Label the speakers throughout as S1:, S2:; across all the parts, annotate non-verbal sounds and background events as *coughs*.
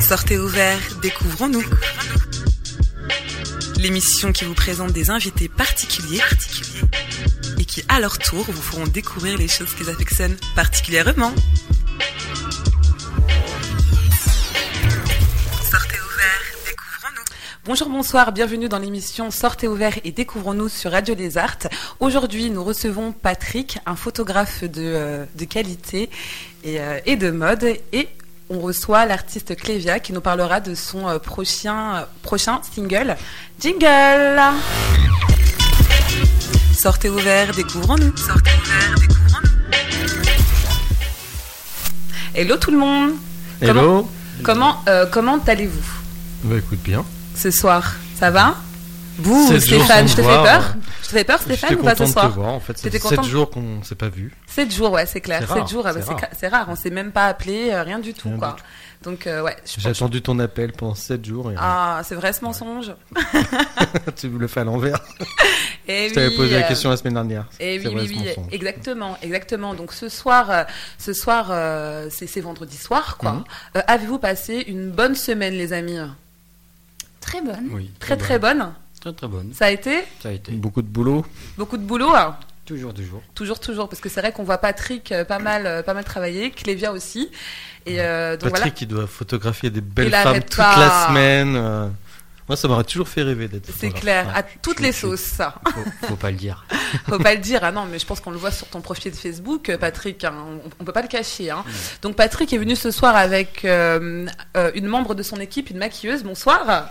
S1: Sortez au vert, découvrons-nous. L'émission qui vous présente des invités particuliers et qui, à leur tour, vous feront découvrir les choses qu'ils affectionnent particulièrement. Sortez au vert, découvrons-nous. Bonjour, bonsoir, bienvenue dans l'émission Sortez au vert et découvrons-nous sur Radio Les Arts. Aujourd'hui, nous recevons Patrick, un photographe de, euh, de qualité et, euh, et de mode, et on reçoit l'artiste Clévia qui nous parlera de son euh, prochain, euh, prochain single, Jingle. Sortez au vert, découvrons-nous. Sortez au vert, découvrons-nous. Hello tout le monde.
S2: Hello
S1: Comment, euh, comment allez-vous
S2: Bah écoute bien.
S1: ce soir Ça va Bouh,
S2: Sept
S1: Stéphane,
S2: jours sans
S1: je te
S2: te
S1: fais
S2: voir.
S1: peur Je te fais peur,
S2: J'étais
S1: Stéphane, ou
S2: content
S1: pas ce
S2: de te
S1: soir
S2: voir en fait. Ça
S1: T'étais
S2: fait
S1: content
S2: 7 jours qu'on s'est pas vu.
S1: 7 jours, ouais, c'est clair.
S2: C'est
S1: 7
S2: rare,
S1: jours, ah bah,
S2: c'est
S1: c'est
S2: rare.
S1: ca- c'est rare, on s'est même pas appelé, euh, rien du tout,
S2: Rien
S1: quoi.
S2: du
S1: Donc, euh, ouais, je
S2: J'ai
S1: pense.
S2: attendu ton appel pendant 7 jours et
S1: Ah, c'est vrai ce mensonge
S2: *laughs* tu me le fais à l'envers.
S1: Eh
S2: Je t'avais
S1: oui,
S2: posé la
S1: euh,
S2: question la semaine dernière.
S1: Et oui,
S2: C'est vrai,
S1: oui,
S2: ce
S1: oui,
S2: mensonge.
S1: exactement, exactement. Donc ce soir, euh, ce soir, euh, c'est c'est vendredi soir, quoi.
S2: Mhm.
S1: Euh, Avez-vous passé une bonne semaine, les amis
S3: Très bonne.
S4: Oui,
S1: Très très bonne.
S4: Très très bonne.
S1: Ça a été
S4: Ça a été
S2: Beaucoup de boulot.
S1: beaucoup de boulot. hein
S4: toujours du jour.
S1: toujours, toujours, parce que c'est vrai qu'on voit Patrick euh, pas mal, euh, pas mal travailler, Clévia aussi. Et euh, donc
S2: Patrick qui doit photographier des belles
S1: Il
S2: femmes
S1: arrête
S2: toute
S1: pas.
S2: la semaine. euh, Moi ça m'aurait toujours fait rêver d'être
S1: voilà, c'est
S2: photographe.
S1: clair,
S2: Ouais.
S1: à toutes
S4: je
S1: les
S4: suis-
S1: sauces. ça.
S4: Faut, faut pas
S1: *laughs*
S4: le dire.
S1: Faut pas le dire, ah non, mais je pense qu'on le voit sur ton profil de Facebook, euh, Patrick. hein, on, on peut pas le cacher. hein. Donc Patrick est venu ce soir avec euh, euh, une membre de son équipe, une maquilleuse. Bonsoir.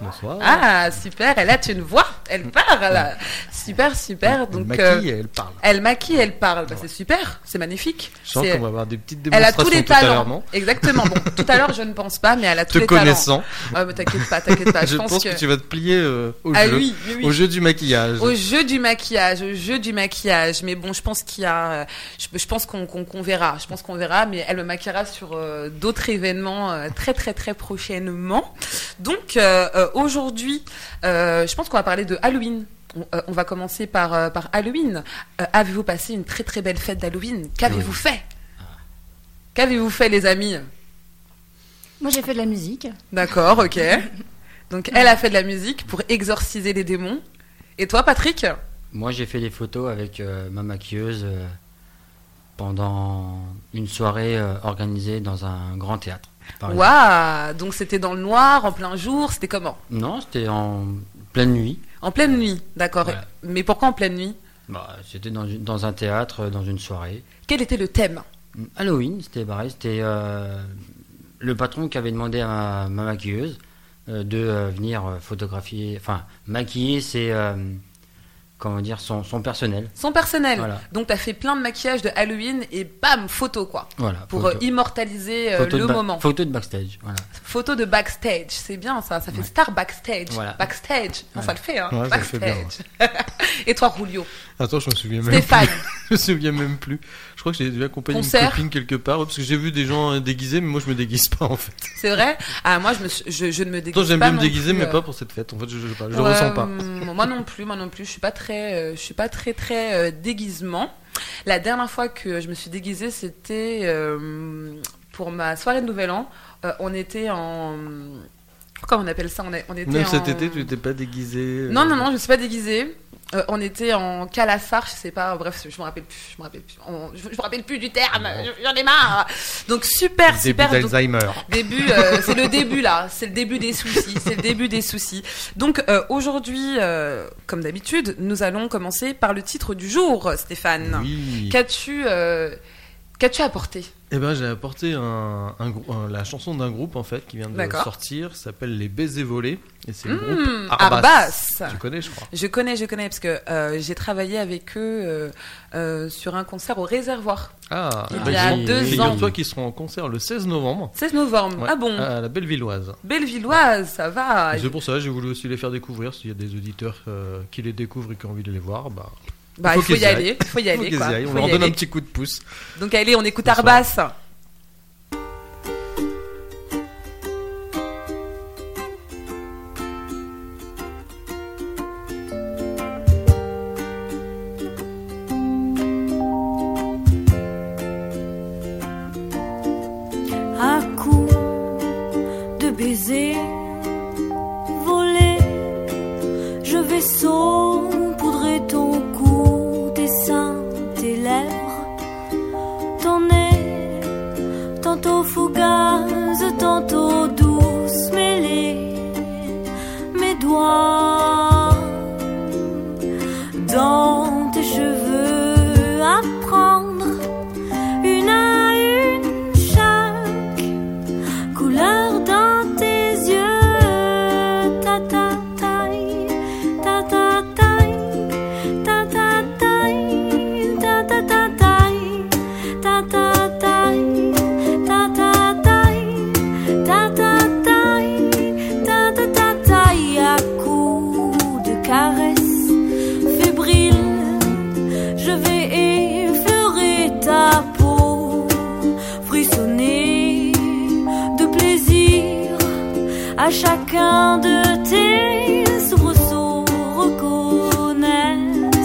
S2: Bonsoir.
S1: Ah super, elle a une voix, elle parle. Super, super.
S2: elle
S1: Donc
S2: maquille
S1: euh,
S2: et elle parle.
S1: elle maquille, elle parle. Bah, c'est super, c'est magnifique.
S2: Je sens
S1: C'est-
S2: qu'on va avoir des petites
S1: Elle a
S2: démonstrations
S1: tous les
S2: tout à l'heure,
S1: talents.
S2: non
S1: Exactement. Bon, tout à l'heure, je ne pense pas, mais elle a tous
S2: Te
S1: les talents.
S2: connaissant,
S1: Ah, mais t'inquiète pas, t'inquiète
S2: *laughs*
S1: pas.
S2: je pense que... tu vas te plier euh, au
S1: Ah
S2: jeu,
S1: oui, oui, oui.
S2: au jeu du maquillage.
S1: Au jeu du maquillage, au jeu du maquillage. Mais bon, je pense qu'il y a, euh, je, je pense qu'on qu'on- qu'on verra, je pense qu'on verra. Mais elle me maquillera sur euh, d'autres événements euh, très très très prochainement. Donc euh, euh, aujourd'hui, euh, je pense qu'on va parler de Halloween. On, euh, on va commencer par euh, par Halloween. Euh, Avez-vous passé une très très belle fête d'Halloween Qu'avez-vous fait Qu'avez-vous fait, les amis
S3: Moi, j'ai fait de la musique.
S1: D'accord, ok. Donc elle a fait de la musique pour exorciser les démons. Et toi, Patrick
S4: Moi, j'ai fait des photos avec euh, ma maquilleuse euh, pendant une soirée euh, organisée dans un grand théâtre. par exemple.
S1: Waouh Donc c'était dans le noir, en plein jour, c'était comment
S4: Non, c'était en pleine nuit.
S1: En pleine nuit, d'accord.
S4: Ouais.
S1: Mais pourquoi en pleine nuit
S4: Bah, c'était dans, une- dans un théâtre, euh, dans une soirée.
S1: Quel était le thème
S4: Halloween, c'était pareil. C'était euh, le patron qui avait demandé à ma, ma maquilleuse euh, de euh, venir euh, photographier, enfin maquiller ses, euh, comment dire, son, son personnel.
S1: Son personnel.
S4: Voilà.
S1: Donc t'as fait plein de maquillage de Halloween et bam, photo quoi.
S4: Voilà.
S1: Pour
S4: photo-
S1: euh, immortaliser euh,
S4: photo
S1: le
S4: de ba-
S1: moment.
S4: Photo de backstage. Voilà.
S1: Photo de backstage, c'est bien ça, ça fait
S4: Ouais.
S1: star backstage.
S4: Voilà.
S1: Backstage, Non, ça
S4: Ouais.
S1: le fait, hein.
S2: Ouais, ça le fait
S1: backstage.
S2: bien,
S1: *laughs* et toi, Julio
S2: Attends, je me souviens même
S1: Stéphane,
S2: Je me souviens même plus. Je crois que j'ai dû accompagner
S1: Concert.
S2: une copine quelque part, ouais, parce que j'ai vu des gens euh, déguisés, mais moi je me déguise pas en fait.
S1: c'est vrai Ah, moi je, me suis- je, je ne me déguise
S2: Pourtant j'aime
S1: pas
S2: bien me
S1: non
S2: déguiser,
S1: plus,
S2: mais
S1: euh,
S2: pas pour cette fête. En fait, je, je, je sais pas, je
S1: Ouais,
S2: ressens pas.
S1: hum, Moi non plus, moi non plus. Je suis pas très, euh, je suis pas très très euh, déguisement. La dernière fois que je me suis déguisée, c'était euh, pour ma soirée de Nouvel An. Euh, on était en, comment on appelle ça On, est- on était
S2: Même
S1: en-
S2: cet été, tu n'étais pas déguisé. euh,
S1: Non non non, je me suis pas déguisée. Euh, on était en calassar, je sais pas, bref, je me rappelle plus, je me rappelle plus, On- je, je me rappelle plus du terme, je- j'en ai marre. Donc super,
S2: Début
S1: super. donc-
S2: d'Alzheimer.
S1: Début, euh, c'est le début là, c'est le début des soucis, c'est le début des soucis. Donc euh, aujourd'hui, euh, comme d'habitude, nous allons commencer par le titre du jour, Stéphane.
S2: Oui.
S1: Qu'as-tu, euh, qu'as-tu apporté
S2: Eh ben, j'ai apporté un, un grou- un- la chanson d'un groupe en fait qui vient de
S1: D'accord.
S2: sortir, ça s'appelle Les Baisers Volés, et c'est le
S1: Hmm,
S2: groupe Arbas.
S1: Arbas.
S2: Tu connais, je crois.
S1: Je connais, je connais, parce que euh, j'ai travaillé avec eux euh, euh, sur un concert au réservoir,
S2: Ah.
S1: Il
S4: Ah,
S1: y a
S4: oui,
S1: deux
S4: oui, oui.
S1: ans.
S2: Figure-toi qu'ils seront en concert le 16 novembre.
S1: 16 novembre.
S2: Ouais,
S1: ah bon,
S2: À la Bellevilloise.
S1: Bellevilloise, ça va.
S2: Et C'est pour ça que j'ai voulu aussi les faire découvrir. S'il y a des auditeurs euh, qui les découvrent et qui ont envie de les voir, bah,
S1: Bah,
S2: faut
S1: il faut y
S2: qu'ils y
S1: aller, il faut y
S2: faut
S1: aller.
S2: qu'ils
S1: quoi.
S2: y aillent.
S1: Faut
S2: On
S1: y
S2: leur donne un
S1: aller.
S2: petit coup de pouce.
S1: Donc allez, on écoute
S2: Bonsoir.
S1: Arbas.
S5: à coups vaisseau poudrait ton cou, tes seins, tes lèvres, ton nez, tantôt fougaze, tantôt douce, mêlée, mes doigts dans tes cheveux à prendre une à une chaque couleur dans tes yeux. Ta ta taille, ta ta taille, ta ta taille, ta ta ta taille, ta ta taille, ta ta taille, ta ta taille, ta ta ta taille à coups de caresses fébriles. Je vais effleurer ta peau, frissonner de plaisir à chacun de tes soubresauts, reconnaître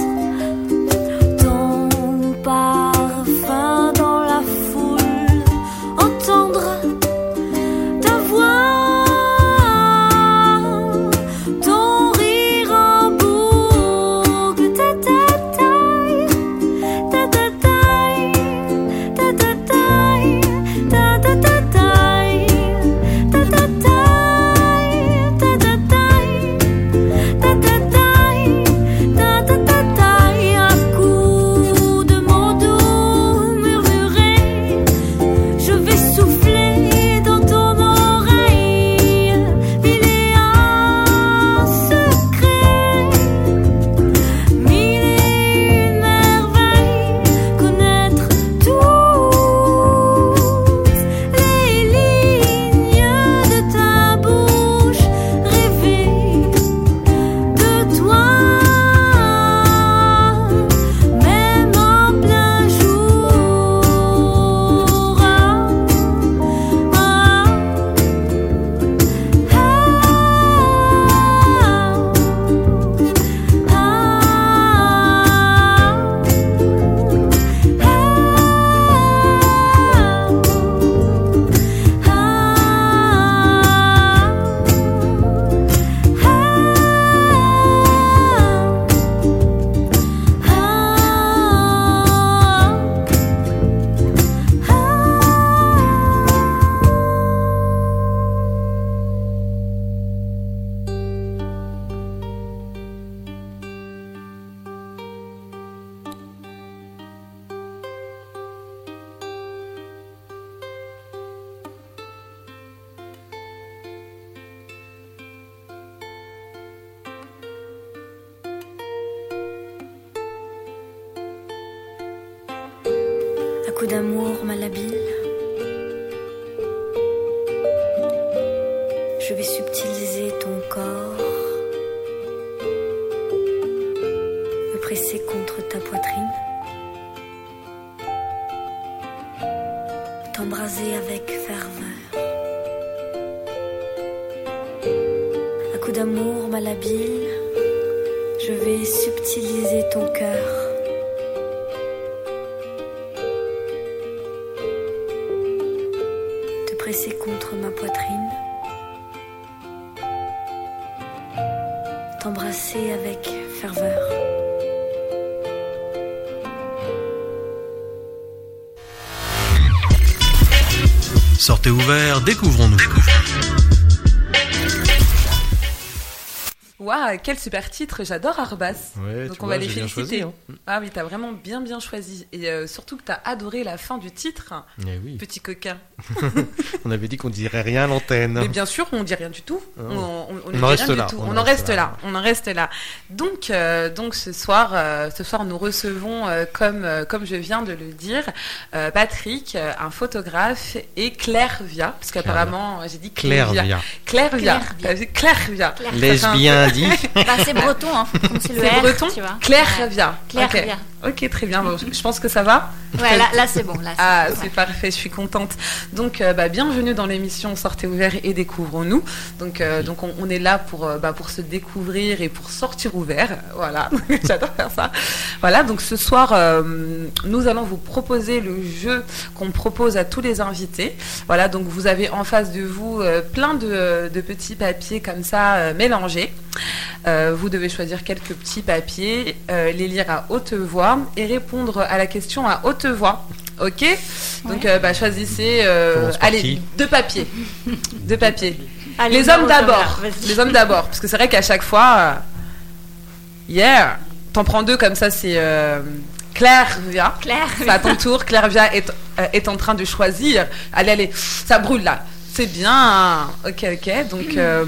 S5: ton parfum dans la foule, entendre ta voix, ton rire en boucle, ta ta taille, ta ta taille, ta ta taille, ta ta ta taille, ta ta taille, ta ta taille, ta ta taille, ta ta ta taille, à coups de mon dos murmuré. Je vais souffler dans ton oreille, il est un secret, mille et une merveilles, connaître toutes les lignes de ta bouche, rêver de toi, même en plein jour. Ah, ah, ah, ah, à coup d'amour malhabile. Je vais subtiliser ton corps, me presser contre ta poitrine, t'embraser avec ferveur. À coup d'amour malhabile, je vais subtiliser ton cœur. te presser contre ma poitrine, t'embrasser avec ferveur.
S6: Sortez ouvert, découvrons-nous.
S1: Waouh, quel super titre, j'adore Arbas.
S2: Ouais,
S1: Donc
S2: Eh, tu
S1: on
S2: vois,
S1: va les
S2: j'ai bien
S1: féliciter.
S2: choisi, hein.
S1: Ah oui, t'as vraiment bien bien choisi. Et euh, surtout que t'as adoré la fin du titre, hein,
S2: Eh oui.
S1: petit coquin.
S2: On avait dit qu'on dirait rien à l'antenne.
S1: Mais bien sûr, on dit rien du tout.
S2: Ah.
S1: On, on- on
S2: On
S1: ne dit
S2: en reste
S1: rien
S2: là,
S1: du tout.
S2: on
S1: On,
S2: en
S1: en
S2: reste
S1: reste
S2: là.
S1: là. On en reste là. Donc, euh, donc ce soir, euh, ce soir, nous recevons, euh, comme euh, comme je viens de le dire, euh, Patrick, euh, un photographe, et Claire Via, parce qu'apparemment, euh, j'ai dit Euh, Claire
S2: Claire,
S1: Via.
S2: bien.
S1: Claire Via.
S3: Claire Via.
S1: T'as vu Claire Via.
S3: Claire.
S2: Lesbien dit.
S1: *laughs*
S3: Bah, c'est breton, hein. Comme c'est le
S1: C'est
S3: R,
S1: breton
S3: tu vois.
S1: Claire
S3: Ouais.
S1: Via.
S3: Claire
S1: Ok.
S3: Via.
S1: Ok, très bien. Bon, je je pense que ça va.
S3: Ouais, là, là, c'est bon. Là, c'est
S1: Ah,
S3: bon, ouais.
S1: c'est parfait, je suis contente. Donc, euh, bah, bienvenue dans l'émission Sortez ouvert et découvrons-nous. Donc, euh, donc on, on est là pour, euh, bah, pour se découvrir et pour sortir ouvert. Voilà, *laughs* j'adore faire ça. Voilà, donc ce soir, euh, nous allons vous proposer le jeu qu'on propose à tous les invités. Voilà, donc vous avez en face de vous euh, plein de, de petits papiers comme ça euh, mélangés. Euh, vous devez choisir quelques petits papiers, euh, les lire à haute voix et répondre à la question à haute voix. Ok Donc euh, bah, choisissez. euh,
S2: Commence par
S1: allez,
S2: qui
S1: deux papiers. deux papiers.
S3: Allez,
S1: Les hommes
S3: numéro de
S1: d'abord.
S3: regard, vas-y.
S1: Les hommes d'abord. Parce que c'est vrai qu'à chaque fois. euh, Yeah T'en prends deux comme ça, c'est. euh, Claire vient.
S3: Claire.
S1: C'est à ton tour. Claire vient est, euh, est en train de choisir. Allez, allez, ça brûle là. C'est bien. Ok, ok. Donc,
S3: Mm.
S1: euh,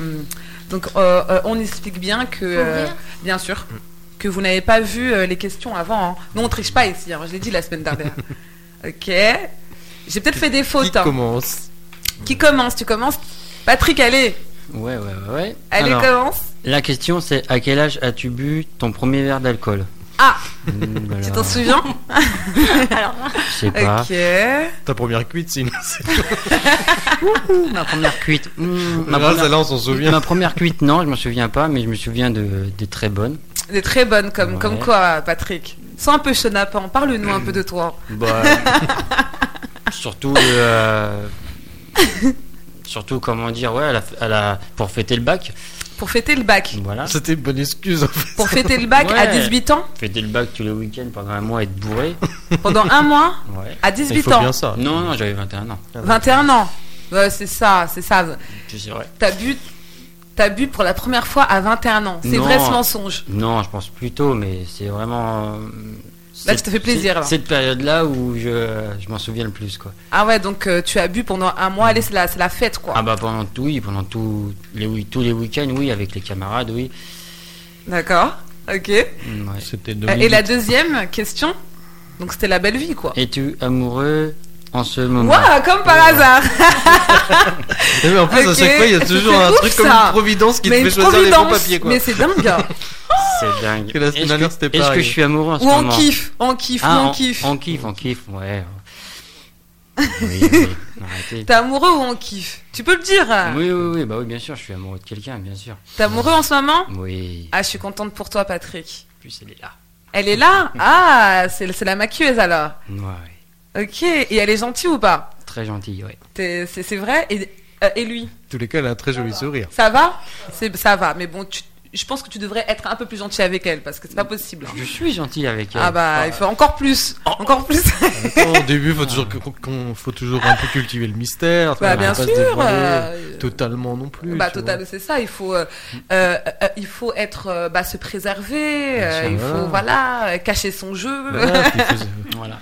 S1: donc euh, euh, on explique bien que, euh,
S3: rire.
S1: bien sûr, que vous n'avez pas vu euh, les questions avant. hein. Nous, on triche pas ici. hein. Je l'ai dit la semaine dernière. ok. J'ai peut-être fait des
S2: Qui
S1: fautes. hein.
S2: commence
S1: Qui commence Tu commences Patrick, allez.
S4: Ouais, ouais, ouais. ouais.
S1: Allez,
S4: Alors,
S1: commence.
S4: la question, c'est à quel âge as-tu bu ton premier verre d'alcool
S1: Ah,
S4: Mmh,
S1: *laughs*
S4: voilà.
S1: tu t'en
S4: *laughs*
S1: souviens
S3: Alors,
S4: Je sais pas.
S1: Ok.
S2: Ta première cuite,
S1: *laughs*
S2: sinon.
S4: Ma première cuite. mmh, ma,
S2: Là,
S4: première...
S2: celle-là, on s'en souvient.
S4: ma première cuite, non, je m'en souviens pas, mais je me souviens de... des très bonnes.
S1: Des très bonnes comme, comme
S4: Ouais.
S1: quoi, Patrick. Sois un peu chenapant. Parle-nous un peu de toi. *laughs*
S4: Bah, surtout, euh, surtout, comment dire, ouais, à la- à la- pour fêter le bac.
S1: Pour fêter le bac.
S4: Voilà.
S2: C'était une bonne excuse, en fait.
S1: Pour fêter le bac à
S4: Ouais.
S1: 18 ans
S4: Fêter le bac tous les week-ends pendant un mois et être bourré.
S1: Pendant un mois
S4: Ouais.
S1: À
S2: Il
S1: 18
S2: faut
S1: ans
S2: bien ça.
S4: Non, non, j'avais 21 ans.
S1: 21 ans Ouais, C'est ça, c'est ça.
S4: C'est vrai.
S1: T'as bu, t'as bu pour la première fois à 21 ans. C'est
S4: Non.
S1: vrai ce mensonge.
S4: Non, je pense plutôt, mais c'est vraiment. euh,
S1: Là,
S4: cette-
S1: tu te fais plaisir,
S4: c'est-
S1: là.
S4: Cette période-là où je, je m'en souviens le plus, quoi.
S1: Ah ouais, donc euh, tu as bu pendant un mois. Allez, c'est la, c'est la fête, quoi.
S4: Ah bah pendant tout, oui, pendant tout, les, oui, tous les week-ends, oui, avec les camarades, oui.
S1: D'accord Ok.
S4: Mm, ouais.
S2: C'était
S1: Euh, Et
S2: Dominique.
S1: la deuxième question Donc c'était la belle vie, quoi.
S4: Es-tu amoureux en ce moment
S1: Ouah, comme par hasard
S2: Eh, mais en plus, à
S1: Ok.
S2: chaque fois, il y a toujours
S1: C'est
S2: un
S1: ouf,
S2: truc comme
S1: ça.
S2: une providence qui te
S1: Mais
S2: fait
S1: une
S2: choisir les bons
S1: providence
S2: papiers, quoi.
S1: Mais c'est dingue hein.
S2: *laughs*
S4: C'est dingue.
S2: Que la semaine
S4: Est-ce
S2: dernière,
S4: que,
S2: c'était
S4: est-ce que
S2: pareil.
S4: je suis amoureux en ce
S1: Ou on
S4: moment
S1: kiffe On kiffe,
S4: Ah,
S1: ou
S4: on
S1: on kiffe
S4: On kiffe, on kiffe,
S1: *laughs*
S4: ouais. Oui, oui, arrêtez.
S1: T'es amoureux ou on kiffe Tu peux le dire
S4: Oui, oui, oui, bah oui, bien sûr, je suis amoureux de quelqu'un, bien sûr.
S1: T'es amoureux en ce moment
S4: Oui,
S1: Ah, je suis contente pour toi, Patrick.
S4: en plus elle est là.
S1: Elle est
S2: *laughs*
S1: là Ah, c'est c'est la maquilleuse alors.
S4: Ouais, ouais.
S1: Ok, et elle est gentille ou pas
S4: très gentil, ouais.
S1: T'es- C'est c'est vrai et, euh, et lui,
S2: En tous les cas, elle a un très joli sourire.
S1: ça va C'est- Ça va, mais bon, tu- je pense que tu devrais être un peu plus gentil avec elle parce que c'est pas possible. hein.
S4: Je suis gentil avec elle.
S1: Ah bah, il faut encore plus
S2: Oh.
S1: Encore plus
S2: Attends, au début, faut toujours, que- qu'on- faut toujours un peu cultiver le mystère. tu
S1: Bah,
S2: vois,
S1: bien
S2: faut pas se
S1: sûr
S2: dévoiler
S1: euh,
S2: Totalement non plus.
S1: Bah,
S2: tu vois.
S1: total, c'est ça, il faut, euh, euh, euh, il faut être, euh, bah, se préserver, euh,
S4: sûr, Ah.
S1: il
S2: voilà.
S1: faut, voilà, euh, cacher son jeu.
S2: Voilà, puis faut,
S4: Voilà.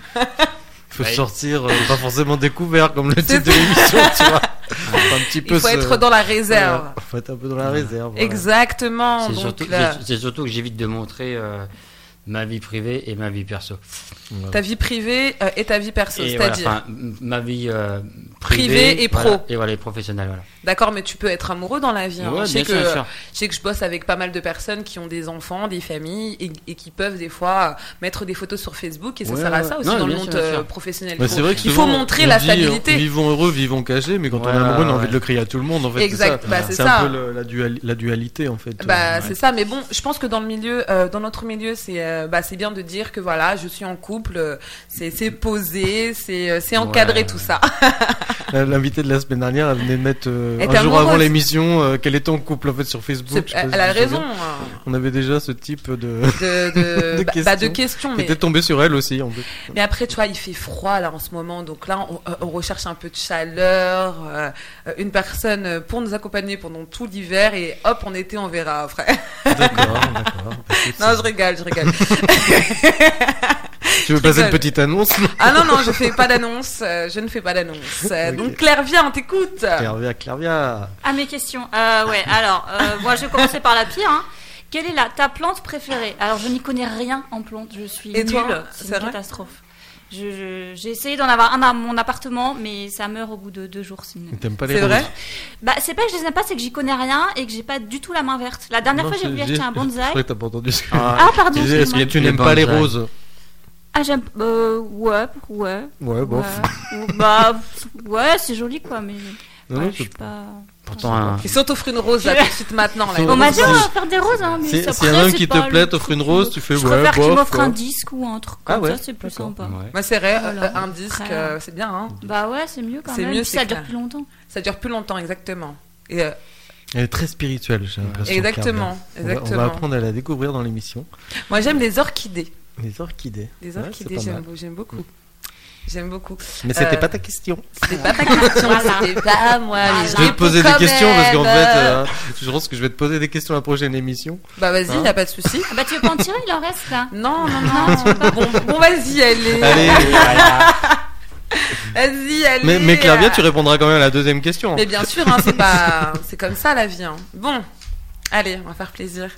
S2: faut
S4: Ouais.
S2: sortir euh, pas forcément découvert comme le
S1: C'est
S2: titre de l'émission, tu vois. Faut un petit peu
S1: il faut
S2: se-
S1: être dans la
S2: voilà,
S1: réserve.
S2: faut être un peu dans la réserve. voilà.
S1: Exactement.
S4: C'est
S1: Ah, donc
S4: surtout,
S1: là-
S4: c'est- c'est surtout que j'évite de montrer euh, ma vie privée et ma vie perso.
S2: Voilà.
S1: Ta vie privée euh, et ta vie perso,
S4: Et
S1: c'est-à-dire.
S4: voilà, enfin, m- ma vie euh, privée,
S1: Privée et pro.
S4: voilà, et voilà, et professionnelle, voilà.
S1: D'accord, mais tu peux être amoureux dans la vie. hein.
S4: Ouais,
S1: je, sais
S4: bien sûr,
S1: que,
S4: bien sûr.
S1: je sais que je bosse avec pas mal de personnes qui ont des enfants, des familles et, et qui peuvent des fois euh, mettre des photos sur Facebook et ça
S4: Ouais,
S1: sert à
S4: ouais.
S1: ça aussi
S4: Non,
S1: dans le
S4: bien
S1: monde
S4: sûr, bien
S1: euh,
S4: sûr.
S1: professionnel.
S2: Bah,
S1: Il faut-
S2: c'est vrai que
S1: il faut
S2: souvent,
S1: montrer
S2: on
S1: la
S2: dit,
S1: stabilité.
S2: euh, Vivons heureux, vivons cachés, mais quand on
S4: Ouais,
S2: est amoureux, on a
S4: ouais.
S2: envie de le crier à tout le monde. En fait, c'est
S1: Exact,
S2: ça.
S1: bah, c'est
S2: c'est
S1: ça.
S2: un peu le- la, duali- la dualité en fait.
S1: Bah,
S2: euh, ouais.
S1: c'est ça, mais bon, je pense que dans le milieu, euh, dans notre milieu, c'est euh, bah, c'est bien de dire que voilà, je suis en couple, euh, c'est c'est posé, c'est euh, c'est encadré
S4: Ouais.
S1: tout ça.
S2: Euh, L'invitée de la semaine dernière, elle venait de mettre euh,
S1: Elle
S2: un
S1: était
S2: jour avant
S1: amoureuse.
S2: l'émission euh, qu'elle était en couple en fait sur Facebook.
S1: C'est-
S2: je sais pas
S1: elle
S2: si
S1: elle a
S2: tu te
S1: raison
S2: souviens.
S1: hein,
S2: On avait déjà ce type de.
S1: de, de,
S2: *laughs* De
S1: bah, bah, de
S2: questions.
S1: questions,
S2: qui
S1: mais
S2: était tombé sur elle aussi en fait.
S1: Mais après, tu vois, il fait froid là en ce moment, donc là, on, euh, on recherche un peu de chaleur, euh, euh, une personne euh, pour nous accompagner pendant tout l'hiver et hop, en été, on verra, frère. *laughs*
S2: D'accord, *laughs* d'accord.
S1: Non, je rigole, je rigole.
S2: Tu veux passer
S1: rigole.
S2: une petite annonce
S1: Ah non, non, je fais pas d'annonce, euh, je ne fais pas d'annonce. Euh,
S2: *laughs* Ok.
S1: Donc Claire, viens, on t'écoute.
S2: Hervé à Clervia.
S3: à mes questions. Euh, ouais, alors, euh, *laughs* moi, je vais commencer par la pire. hein. Quelle est la, ta plante préférée Alors, je n'y connais rien en plantes. Je suis
S1: Et toi,
S3: nulle. C'est
S1: c'est
S3: une
S1: vrai
S3: catastrophe. Je- je- J'ai essayé d'en avoir un à mon appartement, mais ça meurt au bout de deux jours. sinon.
S2: *laughs* T'aimes pas les
S1: C'est
S2: roses
S1: vrai
S3: Bah, c'est pas que je les aime pas, c'est que j'y connais rien et que j'ai pas du tout la main verte. La dernière
S2: Non,
S3: fois, j'ai
S2: je-
S3: voulu acheter un
S2: Je crois
S3: bonsaï.
S2: que t'as pas entendu ce que
S3: Ah, pardon.
S2: tu disais. Est-ce que
S3: excuse-moi.
S2: tu
S4: Les
S2: n'aimes pas les
S4: bonsaïs.
S2: roses
S3: Ah, j'aime. Euh, ouais, ouais.
S2: Ouais, bon.
S3: ouais. Ou- bah, ouais, c'est joli quoi, mais.
S2: Non,
S3: ouais,
S2: non,
S3: je suis
S2: c'est-
S3: pas.
S4: Pourtant, un-
S1: Et si on t'offre une rose là tout de suite maintenant, là,
S2: On
S1: une
S3: On
S1: rose-
S3: m'a dit,
S2: C'est-
S3: on va faire des roses, hein, mais
S2: c'est-
S3: ça,
S2: c'est un
S3: après,
S2: homme
S3: c'est
S2: qui te
S3: pas
S2: plaît,
S3: le
S2: t'offres
S3: truc
S2: une
S3: qui
S2: rose,
S3: me-
S2: tu fais, ouais,
S3: Je préfère qu'il
S2: bof,
S3: m'offre un
S2: quoi.
S3: disque ou un truc
S2: Ah
S3: comme
S2: ouais,
S3: ça, c'est plus
S2: d'accord.
S3: sympa.
S4: euh, ouais.
S1: Bah, c'est vrai,
S3: Voilà.
S1: euh, un disque, euh, c'est bien, hein.
S3: Bah ouais, c'est mieux quand
S1: C'est
S3: même.
S1: mieux,
S3: Puis ça
S1: c'est
S3: dure
S1: clair.
S3: plus longtemps.
S1: Ça dure plus longtemps, exactement. Et euh,
S2: Elle est très spirituelle, j'ai l'impression.
S1: Exactement,
S2: Carmen. On va- On va,
S1: exactement.
S2: apprendre à la découvrir dans l'émission.
S1: Moi, j'aime les orchidées.
S2: Les orchidées. Ouais,
S1: Les
S2: c'est
S1: orchidées,
S2: pas mal.
S1: j'aime beau- j'aime beaucoup. Mm. J'aime beaucoup.
S2: Mais c'était
S1: Euh,
S2: pas ta question.
S1: C'était pas ta question, c'était pas moi. mais
S2: Je vais te
S1: réponds
S2: poser des
S1: quand
S2: questions parce qu'en
S1: même.
S2: fait, euh, je pense que je vais te poser des questions à la prochaine émission.
S1: Bah vas-y,
S2: Hein
S1: y a pas de souci.
S3: Ah bah tu veux pas en tirer, il en reste
S2: *laughs*
S3: là.
S1: Non, non, *laughs* non. bon, bon vas-y, allez.
S2: Allez,
S1: Vas-y, allez.
S2: mais, mais Clavia, tu répondrais quand même à la deuxième question.
S1: euh, Mais bien sûr, hein, c'est pas, c'est comme ça la vie. hein. Bon, allez, on va faire plaisir.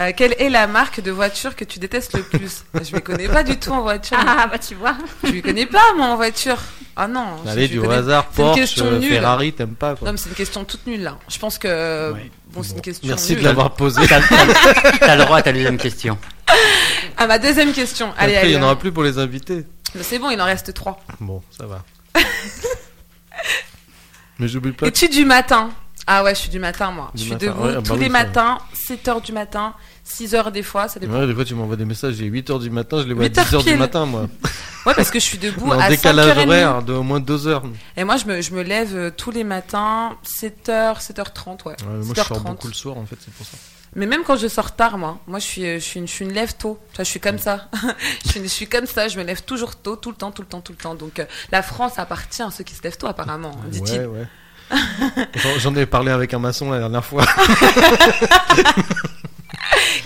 S1: Euh, quelle est la marque de voiture que tu détestes le plus Bah, Je ne connais pas du tout en voiture.
S3: Ah bah tu vois.
S1: Je ne connais pas moi en voiture. Ah non. je-
S2: Allez,
S1: je
S2: du
S1: connais-
S2: hasard,
S1: C'est une
S2: Porsche,
S1: question nulle.
S2: Ferrari, t'aimes pas quoi.
S1: Non, mais c'est une question toute nulle là. Je pense que
S4: Ouais.
S1: bon, c'est une question.
S2: Merci de
S1: nulle.
S2: l'avoir posé.
S4: T'as t'as le droit à ta deuxième question.
S1: Ah ma deuxième question. Allez,
S2: Après,
S1: allez.
S2: il n'y en
S1: hein.
S2: aura plus pour les invités.
S1: Mais C'est bon, il en reste trois.
S2: Bon,
S1: *laughs*
S2: ça va. mais j'oublie pas.
S1: Es-tu du matin Ah ouais, je suis du matin moi.
S2: Du
S1: je suis
S2: matin,
S1: debout
S2: ouais, ah bah
S1: tous
S2: oui,
S1: les
S2: ça-
S1: matins, 7h du matin, 6h des fois, ça dépend.
S2: Ouais, des fois, tu m'envoies des messages, il est 8h du matin, je les vois à
S1: 8 heures
S2: 10h du
S1: pile.
S2: matin, moi.
S1: Ouais, parce que je suis debout
S2: Un
S1: à
S2: décalage
S1: 5h30.
S2: horaire de au moins 2 heures.
S1: Et moi, je me, je me lève euh, tous les matins, 7h, 7h30, ouais.
S2: Ouais, mais moi, je
S1: 7h30.
S2: sors beaucoup le soir, en fait, c'est pour ça.
S1: Mais même quand je sors tard, moi, moi, je suis, euh, je suis une, je suis une lève tôt. Tu vois, je suis comme ça. *laughs* je, suis, je suis comme ça, je me lève toujours tôt, tout le temps, tout le temps, tout le temps. Donc, euh, la France appartient à ceux qui se lèvent tôt, apparemment, hein, dit-il.
S2: Ouais, ouais. J'en- J'en ai parlé avec un maçon la dernière fois.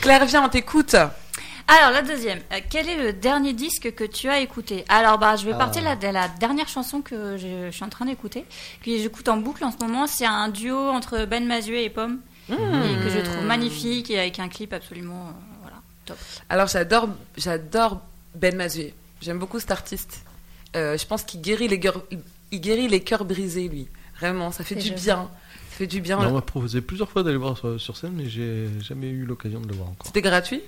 S1: Claire, viens, on t'écoute.
S3: Alors la deuxième, Euh, quel est le dernier disque que tu as écouté Alors bah je
S2: Ah.
S3: vais partir là de la dernière chanson que je, je suis en train d'écouter, que j'écoute en boucle en ce moment. C'est un duo entre Ben Mazuet et Pomme,
S2: Hmm.
S3: et
S1: Hmm.
S3: que je trouve magnifique et avec un clip absolument euh, voilà top.
S1: Alors, j'adore, j'adore Ben Mazué. J'aime beaucoup cet artiste. Euh, je pense qu'il guérit les gueurs- il guérit les cœurs brisés, lui. Vraiment, ça fait
S3: Et
S1: du
S3: je-
S1: bien. Ça fait du bien.
S2: Non, on m'a proposé plusieurs fois d'aller voir sur, sur scène, mais j'ai jamais eu l'occasion de le voir
S1: *laughs*
S2: encore.
S1: C'était gratuit.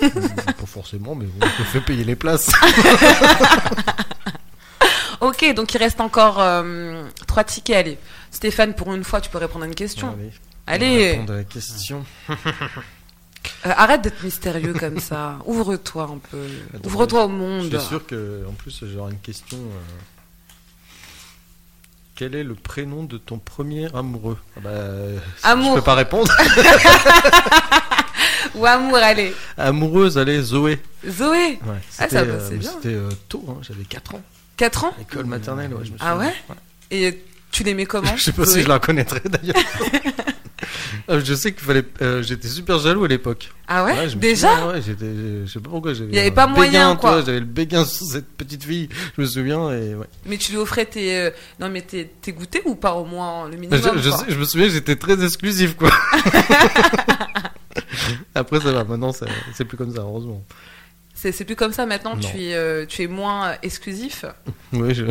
S2: Pas forcément, mais on me fait payer les places.
S1: Ah, Ok, donc il reste encore euh, trois tickets. Allez, Stéphane, pour une fois, tu peux répondre à une question.
S2: Allez, on va
S1: Allez,
S2: répondre à la question.
S1: euh, arrête d'être mystérieux comme ça.
S2: *laughs*
S1: Ouvre-toi un peu.
S2: Attends,
S1: Ouvre-toi au
S2: Je
S1: monde.
S2: suis sûr que, en plus, j'aurai une question. euh, Quel est le prénom de ton premier amoureux ah bah,
S1: Amour.
S2: Je peux
S1: *laughs*
S2: pas répondre.
S1: Ou amour, allez.
S2: Amoureuse, allez, Zoé.
S1: Zoé,
S2: Ouais,
S1: Ah, ça
S2: c'était,
S1: va,
S2: euh,
S1: c'est bien.
S2: C'était euh, tôt, hein, j'avais 4 ans.
S1: 4 ans
S2: École maternelle, ouais, je me
S1: Ah
S2: souviens.
S1: ouais Et tu l'aimais comment
S2: *laughs* Je sais pas si
S1: Zoé
S2: je la connaîtrais
S1: *laughs*
S2: d'ailleurs. Euh, je sais qu'il fallait. euh, j'étais super jaloux à l'époque.
S1: Ah ouais,
S2: je me
S1: Déjà
S2: souviens, ouais, j'étais. Je sais pas pourquoi j'avais.
S1: Il y avait
S2: un
S1: pas moyen,
S2: béguin, toi,
S1: quoi.
S2: J'avais le béguin sur cette petite fille. Je me souviens et ouais.
S1: Mais tu lui offrais tes. euh, Non, mais tes, tes goûters ou pas au moins le
S2: Je,
S1: minimum
S2: Bah, je
S1: quoi.
S2: sais- je me souviens, j'étais très exclusif
S1: *laughs*
S2: quoi. Après ça va. Maintenant ça- c'est plus comme ça heureusement.
S1: C'est c'est plus comme ça maintenant,
S2: Non.
S1: tu es, euh, tu es moins exclusif.
S2: Oui. Je...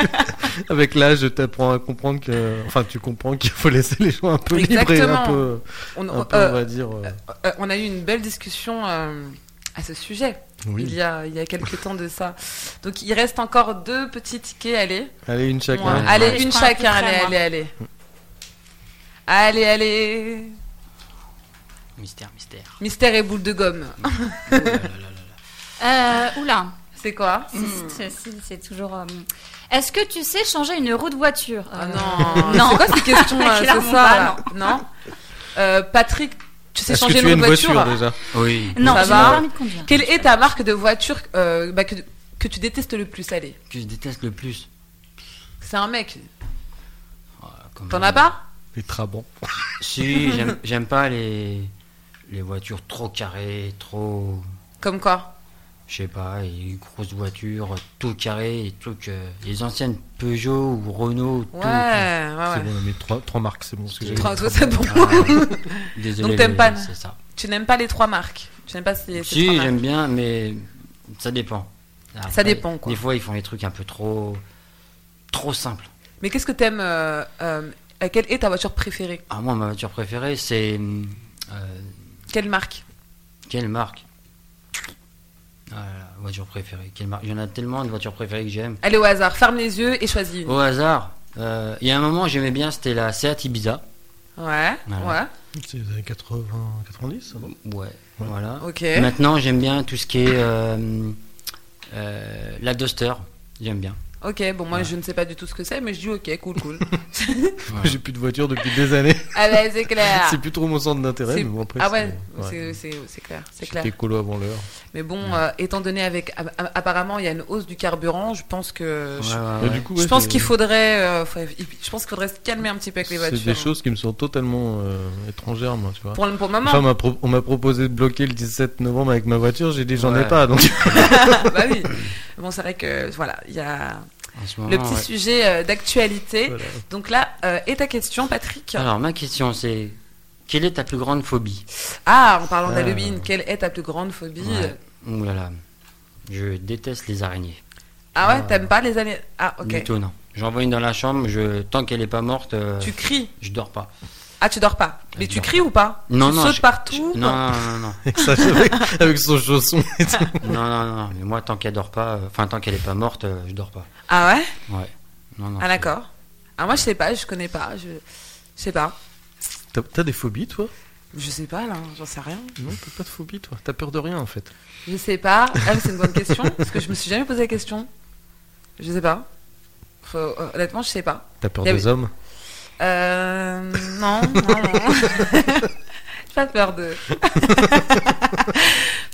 S2: *laughs* Avec l'âge, je t'apprends à comprendre que. Enfin, tu comprends qu'il faut laisser les gens un peu libres et un
S1: Exactement.
S2: peu,
S1: On,
S2: un peu,
S1: euh,
S2: on va dire. euh,
S1: euh, on a eu une belle discussion euh, à ce sujet.
S2: oui.
S1: il y a, il y a quelques temps de ça. Donc il reste encore deux petits tickets, allez.
S2: Allez une chacun.
S1: Moi,
S4: ouais.
S1: allez,
S3: Ouais, je
S1: une
S3: prends un
S1: chacun,
S3: plus près,
S1: allez,
S3: moi.
S1: allez, allez. Allez, allez.
S4: Mystère, mystère.
S1: Mystère et boule de gomme.
S4: Oh là là là là là.
S3: Euh, oula.
S1: C'est quoi
S3: C'est- c'est- C'est c'est toujours. euh, Est-ce que tu sais changer une roue de voiture
S1: Ah
S3: Euh,
S1: non,
S3: non.
S1: c'est quoi ces
S3: *laughs*
S1: questions euh, ce
S3: Clairement
S1: soir
S3: pas,
S1: là Non Euh, Patrick, tu sais
S2: Est-ce que
S1: changer
S2: tu
S1: une
S2: as une
S1: voiture,
S2: voiture déjà
S4: Oui.
S3: Non,
S1: Ça
S3: j'ai
S1: va
S3: mon permis de conduire.
S1: Quelle est ta marque de voiture euh, bah, que, que tu détestes le plus, allez
S4: Que je déteste le plus.
S1: C'est un mec.
S4: Ah, comme-
S1: T'en as pas
S2: Les trabants.
S4: Si, j'aime- j'aime pas les, les voitures trop carrées, trop.
S1: Comme quoi
S4: Je sais pas, les grosses voitures, tout carré, les trucs. euh, les anciennes Peugeot ou Renault, tout.
S1: Ouais, ouais,
S2: C'est
S1: Ah ouais.
S2: bon, on a mis trois, trois marques, c'est bon. parce que j'ai-
S1: Trois- c'est bon. *laughs*
S4: Désolé.
S1: Donc t'aimes
S4: les-
S1: pas,
S4: C'est ça.
S1: Tu n'aimes pas les trois marques Tu n'aimes pas ces, ces trois
S4: Si,
S1: marques
S4: j'aime bien, mais ça dépend. Après,
S1: dépend, quoi.
S4: Des fois, ils font des trucs un peu trop. trop simples.
S1: Mais qu'est-ce que t'aimes euh, euh, euh, Quelle est ta voiture préférée
S4: Ah, moi, ma voiture préférée, c'est. hum, euh,
S1: Quelle marque
S4: Quelle marque ah, la voiture préférée. Quelle marque Il y en a tellement de voitures préférées que j'aime.
S1: Allez au hasard, ferme les yeux et choisis une.
S2: Oh.
S4: Au hasard, euh, il y a un moment j'aimais bien, c'était la Seat Ibiza.
S1: Ouais,
S4: Voilà.
S2: C'est les années 80, 90 ça va
S4: Ouais, voilà.
S1: ouais, ok.
S4: Maintenant j'aime bien tout ce qui est euh, euh, la Duster. J'aime bien.
S1: Ok, bon, moi je ne sais pas du tout ce que c'est, mais je dis ok, cool, cool. *laughs*
S4: Voilà.
S2: J'ai plus de voiture depuis des années.
S1: ah ben c'est clair.
S2: c'est plus trop mon centre d'intérêt.
S1: C'est-
S2: mais bon, après,
S1: ah
S2: c'est-
S1: ouais, c'est- c'est c'est clair, c'est clair.
S2: J'étais colo avant l'heure.
S1: Mais bon, euh, étant donné avec a- a- apparemment il y a une hausse du carburant, je pense que Euh, je,
S4: Ouais, ouais,
S2: Et
S4: ouais.
S2: du coup,
S1: Ah je
S2: ouais,
S1: pense
S2: c'est-
S1: qu'il faudrait, euh, faut- je pense qu'il faudrait se calmer un petit peu avec les voitures.
S2: C'est des choses qui me sont totalement euh, étrangères, moi, tu vois.
S1: Pour le pour le moment.
S2: Enfin, on m'a pro- on m'a proposé de bloquer le 17 novembre avec ma voiture, j'ai dit j'en ai
S4: Ouais.
S1: *laughs*
S2: pas, donc
S1: bah oui. Bon, c'est vrai que voilà, il y a
S4: En ce
S1: le
S4: moment,
S1: petit
S4: ouais.
S1: sujet euh, d'actualité.
S2: Ah voilà.
S1: Donc là, euh, et ta question, Patrick
S4: Alors, ma question, c'est quelle est ta plus grande phobie
S1: Ah, en parlant
S2: Ah.
S1: d'Halloween, quelle est ta plus grande phobie
S4: Ouais. Ouh là là. Je déteste les araignées.
S1: Ah ouais,
S2: Ah.
S1: t'aimes pas les années Ah, ok.
S4: Du tout, non. J'en vois une dans la chambre, je... tant qu'elle est pas morte, euh,
S1: Tu cries
S4: je dors pas.
S1: Ah, tu dors pas. Mais
S4: Je
S1: tu
S4: dors
S1: cries ou pas
S4: Non,
S1: tu
S4: non.
S1: sautes
S4: je-
S1: partout
S4: je- Non, non, non, non.
S2: avec, sa- avec- *laughs* avec son chausson et tout.
S4: non, non, non. Mais moi, tant qu'elle dort pas, euh, enfin, tant qu'elle est pas morte, euh, je dors pas.
S1: Ah ouais
S4: Ouais. Non, non.
S1: Ah, d'accord. Ah, moi, je sais pas, je connais pas. Je, je sais pas.
S2: T'as- T'as des phobies, toi
S1: Je sais pas, là, j'en sais rien.
S2: Non, t'as pas de phobie, toi. T'as peur de rien, en fait.
S1: Je sais pas. Ah, mais c'est une bonne question, parce que je me suis jamais posé la question. Je sais pas. Faut- euh, honnêtement, je sais pas.
S2: T'as peur
S1: Y a-
S2: des hommes
S1: Euh, non, non, non. J'ai pas peur de. *laughs*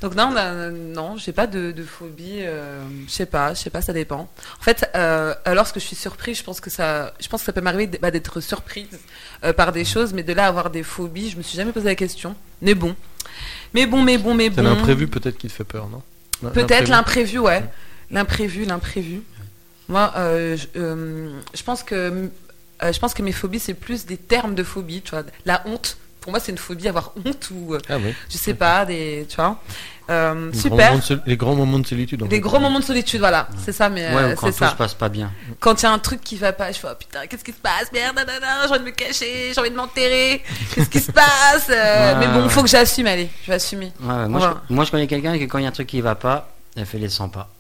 S1: Donc non, non, non, j'ai pas de, de phobie. euh, je sais pas, je sais pas, ça dépend. En fait, euh, lorsque je suis surprise, je pense que ça, je pense que ça peut m'arriver d- bah, d'être surprise euh, par des choses, mais de là à avoir des phobies, je me suis jamais posé la question. Mais bon, mais bon, mais bon, mais
S2: T'as
S1: bon.
S2: l'imprévu, peut-être, qui te fait peur, non
S1: Hmm. Peut-être l'imprévu,
S2: l'imprévu.
S1: ouais. L'imprévu, l'imprévu. Moi, euh, je, euh, je pense que euh, je pense que mes phobies c'est plus des termes de phobie, tu vois. La honte. Pour moi, c'est une phobie avoir honte ou euh,
S2: Ah oui.
S1: je sais pas des, tu vois. Euh,
S2: Les grands
S1: super.
S2: moments de sol- les grands moments de solitude. en
S1: Des
S2: fait.
S1: gros moments de solitude, voilà. C'est ça, mais
S4: Ouais,
S1: euh,
S4: ou quand
S1: c'est
S4: tout se
S1: ça.
S4: passe pas bien.
S1: Quand il y a un truc qui va pas, je fais oh, putain, qu'est-ce qui se passe Merde, nanana, j'ai envie de me cacher, j'ai envie de m'enterrer. Qu'est-ce
S4: *laughs*
S1: qui se passe Euh,
S4: Ouais,
S1: Mais bon,
S4: ouais.
S1: faut que j'assume, allez, je vais assumer.
S4: Ouais, ouais, moi,
S1: Voilà.
S4: je, moi, je connais quelqu'un que quand il y a un truc qui va pas, elle fait les 100 pas.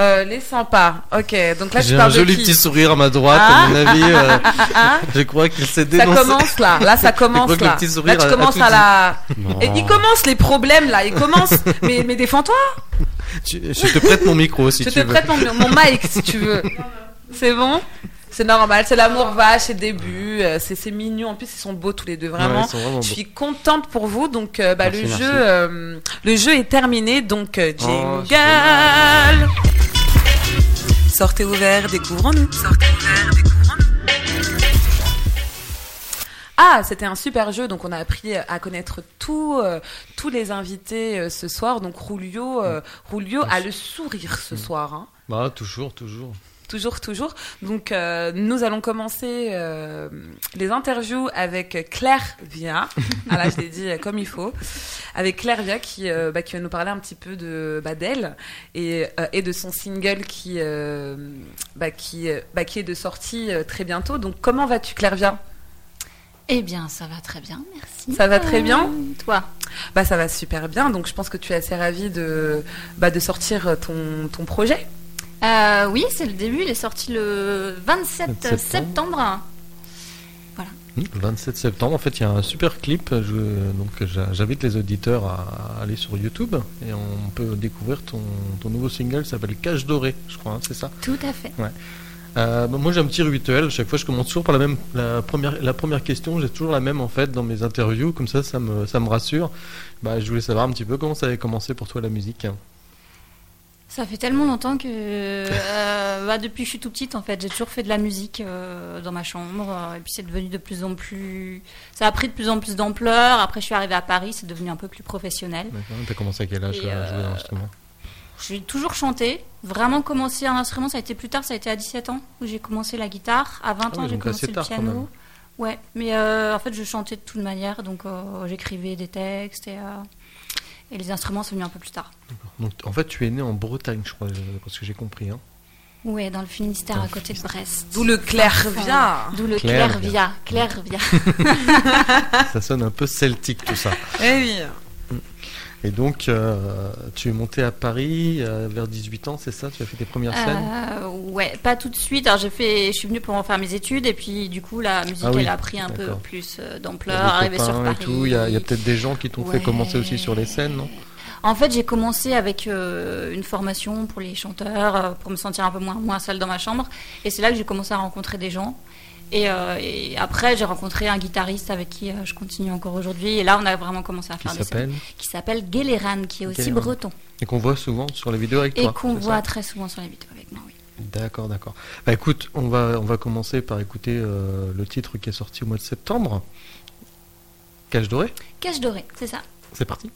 S1: Euh, les sympas. Ok, donc là, je
S2: J'ai
S1: parle
S2: un
S1: de
S2: joli
S1: qui
S2: petit sourire à ma droite,
S1: Ah.
S2: à mon
S1: *laughs*
S2: avis. euh,
S1: Hein
S2: *laughs* je crois qu'il s'est
S1: Ça
S2: dénoncé.
S1: commence là, là
S2: *laughs*
S1: ça
S2: Je crois
S1: commence
S2: que le
S1: là.
S2: petit sourire
S1: Là tu
S2: a- a
S1: commences
S2: tout
S1: à la.
S4: Non.
S1: Et il commence les problèmes là, il
S2: *laughs*
S1: commence. Mais, mais défends-toi,
S2: Tu- je te prête mon micro
S1: *laughs*
S2: si
S1: je
S2: tu
S1: te
S2: veux.
S1: prête mon, mon mic si tu veux. C'est bon C'est normal, c'est l'amour vache, c'est le début, euh, c'est c'est mignon. En plus ils sont beaux tous les deux,
S2: Ouais,
S1: vraiment.
S2: ils sont vraiment
S1: je
S2: beaux.
S1: suis contente pour vous, donc euh, bah,
S4: Merci,
S1: le
S4: merci.
S1: jeu, euh, le jeu est terminé, donc euh,
S4: Oh,
S1: jingle.
S4: c'est
S1: Sortez ouvert, découvrons-nous. Sortez ouvert, découvrons-nous. Ah, c'était un super jeu, donc on a appris à connaître tout, euh, tous les invités euh, ce soir. Donc Rulio,
S4: Mm.
S1: euh, Rulio a le sourire ce soir. hein.
S2: Bah, toujours, toujours.
S1: Toujours, toujours. Donc, euh, nous allons commencer euh, les interviews avec Claire *laughs* Via. Ah là, je l'ai dit euh, comme il faut. Avec Claire Via qui, euh, bah, qui va nous parler un petit peu de bah, d'elle et, euh, et de son single qui, euh, bah, qui, euh, bah, qui est de sortie euh, très bientôt. Donc, comment vas-tu, Claire Via
S3: Eh bien, ça va très bien, merci.
S1: Ça va très bien
S3: Euh, Toi
S1: bah, Ça va super bien. Donc, je pense que tu es assez ravie de, bah, de sortir ton, ton projet.
S3: Euh, Oui, c'est le début, il est sorti le 27
S2: 27
S3: septembre.
S2: Hmm, Le 27 septembre, en fait, il y a un super clip. Je, donc, j'a- j'invite les auditeurs à aller sur YouTube et on peut découvrir ton, ton nouveau single. Ça s'appelle Cache Doré, je crois, hein, c'est ça.
S3: Tout à fait.
S2: Euh, bah, moi, j'ai un petit rituel. Chaque fois, je commence toujours par la même, la première, la première question. J'ai toujours la même en fait dans mes interviews. Comme ça, ça me, ça me rassure. Bah, je voulais savoir un petit peu comment ça avait commencé pour toi la musique.
S3: Ça fait tellement longtemps que euh, bah, depuis que je suis tout petite en fait, j'ai toujours fait de la musique euh, dans ma chambre euh, et puis c'est devenu de plus en plus ça a pris de plus en plus d'ampleur. Après je suis arrivée à Paris, c'est devenu un peu plus professionnel.
S2: D'accord. T'as commencé à quel âge
S3: Et,
S2: à jouer dans
S3: euh,
S2: l'instrument
S3: J'ai toujours chanté, vraiment commencé un instrument, ça a été plus tard, ça a été à 17 ans où j'ai commencé la guitare, à 20
S2: Ah oui,
S3: ans j'ai
S2: donc
S3: commencé
S2: assez
S3: le
S2: tard, quand même.
S3: piano. Ouais, mais euh, en fait je chantais de toute manière donc euh, j'écrivais des textes et euh, et les instruments sont venus un peu plus tard.
S2: Donc, en fait, tu es né en Bretagne, je crois, euh, parce que j'ai compris. hein.
S3: Ouais, dans le Finistère
S2: Dans
S3: à
S2: le
S3: côté de Brest.
S1: D'où le Claire Via.
S3: D'où le
S2: Claire
S3: Clairvia. Clairvia. Ah.
S2: ça sonne un peu celtique tout ça.
S1: Eh oui.
S2: Et donc, euh, tu es monté à Paris euh, vers 18 ans, c'est ça Tu as fait tes premières scènes
S3: Euh, ouais, pas tout de suite. Alors j'ai fait, je suis venue pour en faire mes études et puis du coup la musique
S2: Ah oui,
S3: elle a pris un peu
S2: d'accord.
S3: plus euh,
S2: Il y
S3: d'ampleur,
S2: a des
S3: arrivée sur
S2: copains
S3: Paris.
S2: et tout, il y a, il y a peut-être des gens qui t'ont fait
S3: Ouais. Ah,
S2: commencer aussi sur les scènes, non
S3: En fait, j'ai commencé avec euh, une formation pour les chanteurs, euh, pour me sentir un peu moins, moins seule dans ma chambre. Et c'est là que j'ai commencé à rencontrer des gens. Et, euh, et après, j'ai rencontré un guitariste avec qui euh, je continue encore aujourd'hui. Et là, on a vraiment commencé à
S2: qui
S3: faire des scènes.
S2: s'appelle
S3: Qui s'appelle Géléran, qui est aussi
S2: Guéléran.
S3: breton.
S2: et qu'on voit souvent sur les vidéos avec
S3: Et
S2: toi.
S3: qu'on
S2: c'est
S3: voit
S2: ça
S3: très souvent sur la vidéo avec moi, oui.
S2: D'accord, d'accord. Bah écoute, on va, on va commencer par écouter euh, le titre qui est sorti au mois de septembre. Cache doré,
S3: Cache doré, c'est ça.
S2: c'est parti.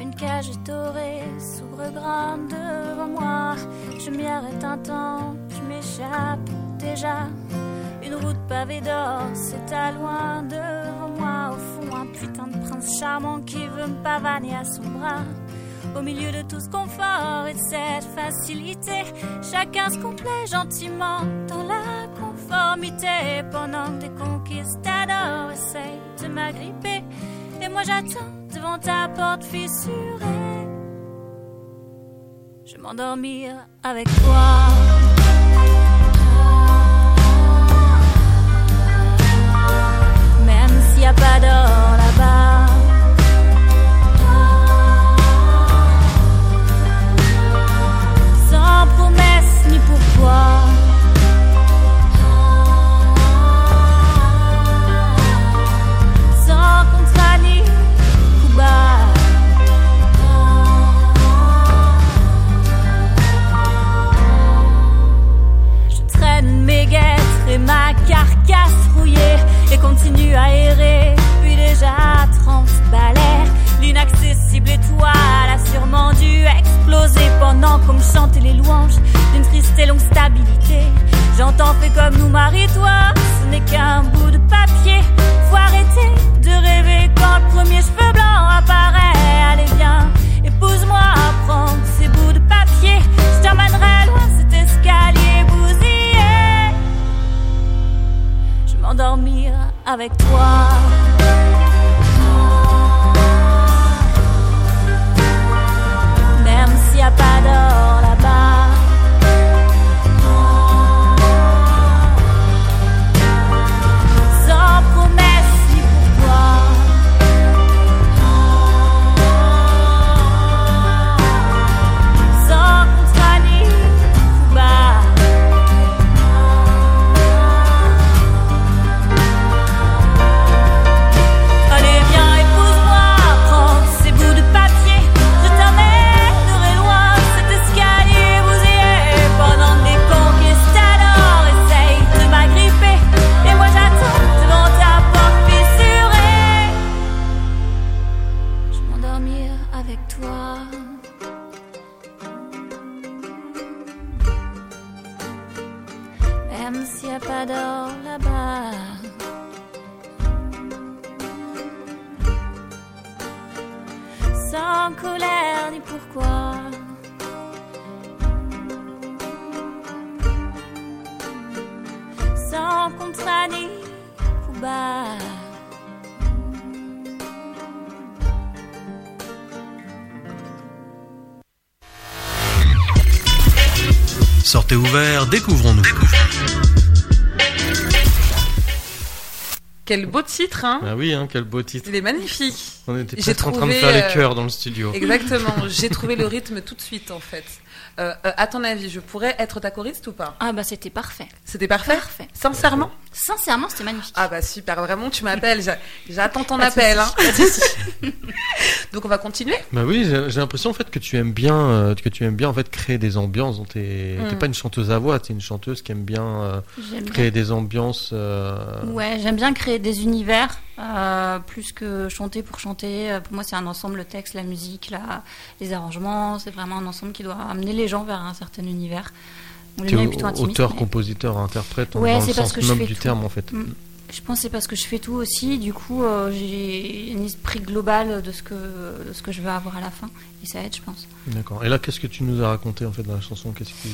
S5: Une cage dorée s'ouvre grande devant moi. Je m'y arrête un temps, je m'échappe déjà. Une route pavée d'or s'étale loin devant moi. Au fond, un putain de prince charmant qui veut me pavaner à son bras. Au milieu de tout ce confort et de cette facilité, chacun se complaît gentiment dans la conformité. Pendant que des conquistadors essayent de m'agripper, et moi j'attends devant ta porte fissurée. Je m'endormir avec toi. Même s'il n'y a pas d'or là-bas. Sans promesse ni pourquoi. Sans contrat ni coup bas. Je traîne mes guêtres et ma carcasse rouillée et continue à errer. Puis déjà 30 balais, l'inaccessible étoile a sûrement dû exploser pendant qu'on me chantait les louanges d'une triste et longue stabilité. J'entends fais comme nous marie toi, ce n'est qu'un bout de papier. Faut arrêter de rêver quand le premier cheveu blanc apparaît. Allez viens, épouse-moi, prends ces bouts de papier. Je t'emmènerai loin cet escalier bousillé. Je vais m'endormir avec toi. Même s'il n'y a pas d'or là-bas. Sans promesse ni pourquoi. Sans bah, contrat ni coup bas. Allez viens épouse-moi, prends ces bouts de papier Je t'emmènerai loin, cet escalier vous est Pendant que des conquistadors essayent de m'agripper Et moi j'attends devant ta porte fissurée Je vais m'endormir avec toi Même s'il n'y a pas d'or là-bas. Sans colère ni pourquoi. Sans contrat ni coup bas.
S6: Sortez ouvert, découvrons-nous.
S1: Quel beau titre, hein
S2: Ah oui, hein, quel beau titre.
S1: Il est magnifique.
S2: On était
S1: J'ai
S2: presque en train de
S1: trouvé,
S2: faire les
S1: euh,
S2: chœurs dans le studio.
S1: Exactement. J'ai trouvé le rythme tout de suite, en fait. Euh, euh, à ton avis, je pourrais être ta choriste ou pas
S3: Ah bah c'était parfait.
S1: C'était parfait
S3: Parfait.
S1: Sincèrement
S3: Sincèrement, c'était magnifique.
S1: Ah bah super, vraiment, tu m'appelles. j'a- J'attends ton
S3: Pas de
S1: appel.
S3: souci,
S1: hein. *laughs* Donc on va continuer.
S2: Bah oui, j'ai j'ai l'impression en fait que tu aimes bien, euh, que tu aimes bien en fait créer des ambiances. dont T'es
S1: Mm.
S2: t'es pas une chanteuse à voix, t'es une chanteuse qui aime bien euh,
S3: J'aime bien.
S2: créer des ambiances. euh,
S3: Ouais, j'aime bien créer des univers euh, plus que chanter pour chanter. Euh, Pour moi, c'est un ensemble, le texte, la musique, la, les arrangements. C'est vraiment un ensemble qui doit amener les gens vers un certain univers. Bon, le
S2: T'es
S3: mien est
S2: au-
S3: plutôt intimiste,
S2: auteur,
S3: mais-
S2: compositeur, interprète, en-
S3: Ouais,
S2: dans le
S3: c'est parce
S2: sens
S3: que je
S2: noble
S3: fais
S2: du
S3: tout.
S2: terme en fait.
S3: Mm. Je pense que c'est parce que je fais tout aussi. Du coup, euh, j'ai un esprit global de ce, que, de ce que je veux avoir à la fin. Et ça aide, je pense.
S2: D'accord. Et là, qu'est-ce que tu nous as raconté en fait dans la chanson Qu'est-ce qui...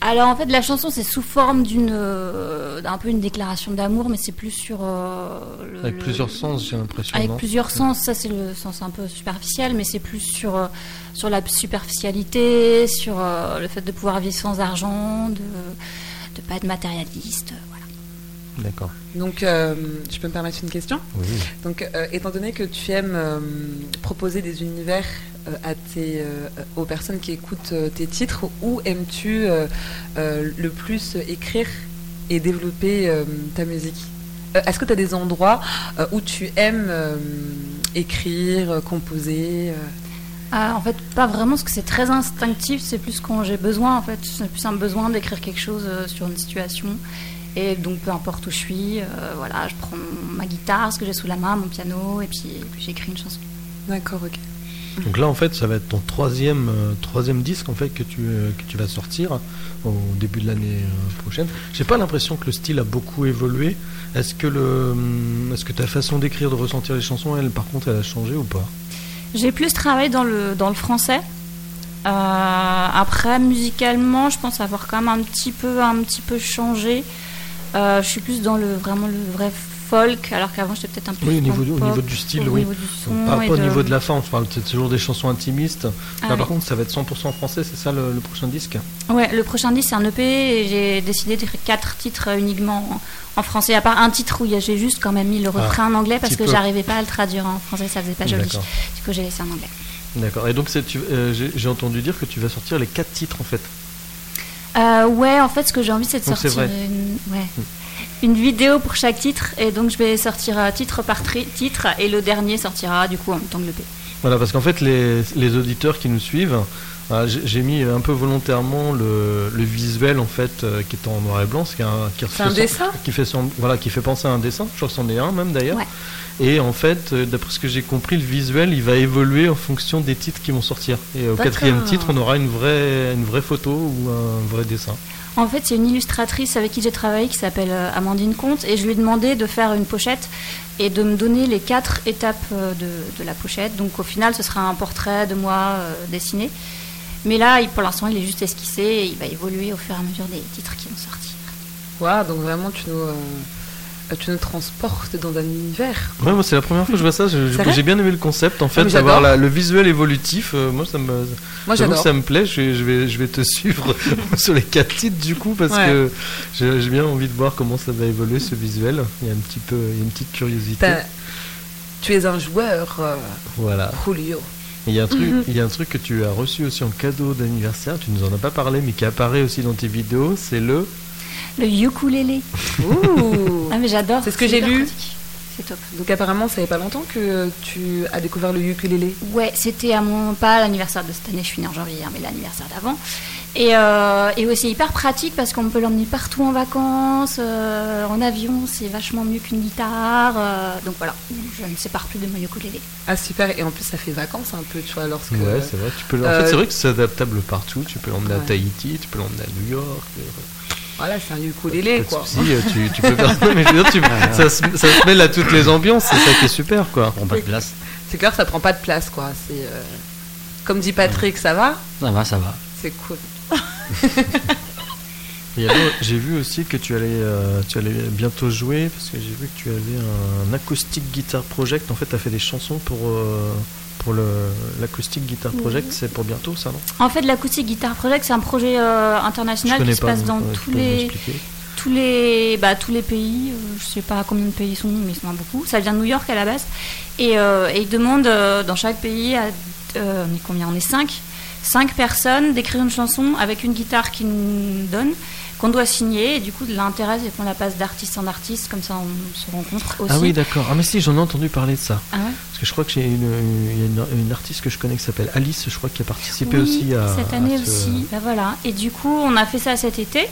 S3: Alors en fait la chanson c'est sous forme d'une euh, d'un peu une déclaration d'amour mais c'est plus sur euh, le-
S2: Avec
S3: le-
S2: plusieurs sens, j'ai l'impression.
S3: avec
S2: non
S3: plusieurs sens ça c'est le sens un peu superficiel mais c'est plus sur euh, sur la superficialité sur euh, le fait de pouvoir vivre sans argent de de pas être matérialiste voilà.
S2: D'accord.
S1: Donc, euh, je peux me permettre une question
S2: Oui.
S1: Donc, euh, étant donné que tu aimes euh, proposer des univers euh, à tes, euh, aux personnes qui écoutent euh, tes titres, où aimes-tu euh, euh, le plus écrire et développer euh, ta musique Euh, Est-ce que tu as des endroits euh, où tu aimes euh, écrire, euh, composer euh
S3: Ah, en fait, pas vraiment, parce que c'est très instinctif, c'est plus quand j'ai besoin, en fait. C'est plus un besoin d'écrire quelque chose euh, sur une situation. Et donc, peu importe où je suis, euh, voilà, je prends ma guitare, ce que j'ai sous la main, mon piano, et puis, et puis j'écris une chanson.
S1: D'accord, ok.
S2: Donc là, en fait, ça va être ton troisième, euh, troisième disque en fait que tu, euh, que tu vas sortir au début de l'année euh, prochaine. J'ai pas l'impression que le style a beaucoup évolué. Est-ce que le, hum, est-ce que ta façon d'écrire, de ressentir les chansons, elle, par contre, elle a changé ou pas
S3: J'ai plus travaillé dans le, dans le français. Euh, après, musicalement, je pense avoir quand même un petit peu, un petit peu changé. Euh, je suis plus dans le, vraiment le vrai folk, alors qu'avant, j'étais peut-être un peu
S2: Oui, au
S3: plus
S2: niveau
S3: dans
S2: du,
S3: le
S2: au
S3: pop,
S2: niveau du style,
S3: au
S2: oui.
S3: niveau du son
S2: On parle
S3: et
S2: pas au
S3: Mm, de-
S2: niveau de la fin, on parle peut-être toujours des chansons intimistes.
S3: Ah
S2: Là,
S3: oui.
S2: par contre, ça va être 100% français, c'est ça le, le prochain disque
S3: Ouais, le prochain disque c'est un EP et j'ai décidé d'écrire quatre titres euh, uniquement en, en français, à part un titre où il y a- j'ai juste quand même mis le refrain en anglais parce
S2: Ah, petit
S3: que
S2: peu.
S3: j'arrivais pas à le traduire en français, ça faisait pas joli.
S2: D'accord.
S3: Du coup, j'ai laissé en anglais.
S2: D'accord. Et donc, c'est- tu- euh, j'ai j'ai entendu dire que tu vas sortir les quatre titres en fait.
S3: Euh, ouais, en fait, ce que j'ai envie, c'est de
S2: Donc, c'est
S3: sortir
S2: vrai. Hmm.
S3: une, ouais, une vidéo pour chaque titre et donc je vais sortir euh, titre par tri- titre et le dernier sortira du coup en même temps que l'EP.
S2: Voilà, parce qu'en fait, les, les auditeurs qui nous suivent, voilà, j'ai j'ai mis un peu volontairement le, le visuel en fait euh, qui est en noir et blanc, ce qui, est un- qui
S1: C'est un
S2: fait
S1: dessin
S2: sem- qui fait sem- voilà, qui fait penser à un dessin. Je crois que c'en est un même d'ailleurs.
S3: Ouais.
S2: Et en fait, euh, d'après ce que j'ai compris, le visuel, il va évoluer en fonction des titres qui vont sortir. Et au
S1: D'accord.
S2: quatrième titre, on aura une vraie, une vraie photo ou un vrai dessin.
S3: En fait, c'est une illustratrice avec qui j'ai travaillé qui s'appelle euh, Amandine Comte et je lui ai demandé de faire une pochette et de me donner les quatre étapes euh, de, de la pochette. Donc au final, ce sera un portrait de moi euh, dessiné. Mais là, il- pour l'instant, il est juste esquissé et il va évoluer au fur et à mesure des titres qui vont sortir.
S1: Waouh, donc vraiment, tu nous, euh, tu nous transportes dans un univers.
S2: Ouais, moi c'est la première fois que je vois ça. Je-
S1: C'est vrai Ah,
S2: je- J'ai bien aimé le concept en fait,
S1: mais
S2: d'avoir
S1: j'adore.
S2: la- le visuel évolutif. euh, moi ça me,
S1: Moi,
S2: J'avoue que
S1: Ah, j'adore.
S2: ça me plaît, je vais, je vais, je vais te *laughs* suivre sur les quatre titres du coup parce
S1: Ouais.
S2: que j'ai j'ai bien envie de voir comment ça va évoluer ce visuel. Il y a un petit peu, il y a une petite curiosité.
S1: T'as- Tu es un joueur, euh,
S2: Voilà.
S1: *laughs* Julio.
S2: Et Il y a un truc,
S1: Mhm.
S2: il y a un truc que tu as reçu aussi en cadeau d'anniversaire. Tu nous en as pas parlé, mais qui apparaît aussi dans tes vidéos. C'est le.
S3: Le ukulélé.
S1: Ouh
S3: Ah mais j'adore.
S1: C'est ce que j'ai
S3: hyper
S1: lu.
S3: pratique. C'est top.
S1: Donc apparemment, ça fait pas longtemps que euh, tu as découvert le ukulélé.
S3: Ouais, c'était à mon pas l'anniversaire de cette année, je suis née en janvier, hein, mais l'anniversaire d'avant. Et, euh, et ouais, c'est hyper pratique parce qu'on peut l'emmener partout en vacances, euh, en avion, c'est vachement mieux qu'une guitare. euh, donc voilà, je ne sépare plus de mon ukulélé.
S1: Ah super Et en plus, ça fait vacances un peu, tu vois, lorsque...
S2: Ouais, c'est vrai. Tu peux. En
S1: Euh,
S2: fait, c'est vrai que c'est adaptable partout. Tu peux l'emmener à
S1: Ouais.
S2: Tahiti, tu peux l'emmener à New York. euh,
S1: voilà, c'est un
S2: pas
S1: ukulélé,
S2: de
S1: quoi.
S2: soucis, euh, tu, tu peux faire. *laughs* Non, mais je veux dire, tu- ça, se, ça se mêle à toutes les ambiances. C'est ça qui est super, quoi.
S4: Prends pas de place.
S1: C'est clair, ça prend pas de place, quoi. C'est... euh, Comme dit Patrick, ça va
S4: Ça va, ça va.
S1: C'est cool.
S2: Et alors, j'ai vu aussi que tu allais, euh, tu allais bientôt jouer parce que j'ai vu que tu avais un acoustic guitar project. En fait, tu as fait des chansons pour euh, pour le l'acoustic guitar project. C'est pour bientôt, ça non
S3: En fait, l'Acoustic Guitar Project, c'est un projet euh, international qui se passe
S2: donc,
S3: dans
S2: euh, tu
S3: tous
S2: peux
S3: les,
S2: m'expliquer.
S3: tous les, bah, tous les pays, euh, je sais pas combien de pays ils sont, mais ils sont à beaucoup. Ça vient de New York à la base. Et, euh, et ils demandent euh, dans chaque pays, à, euh, on est combien On est cinq. Cinq personnes d'écrire une chanson avec une guitare qu'ils nous donnent, qu'on doit signer. Et du coup, l'intérêt, c'est qu'on la passe d'artiste en artiste, comme ça on se rencontre aussi.
S2: Ah oui, d'accord. Ah mais si, j'en ai entendu parler de ça.
S3: Ah ouais
S2: Parce que je crois que j'ai une, il y a une, une artiste que je connais qui s'appelle Alice. Je crois qui a participé
S3: Oui,
S2: aussi à
S3: cette
S2: à
S3: année
S2: ce-
S3: aussi. Bah voilà. Et du coup, on a fait ça cet été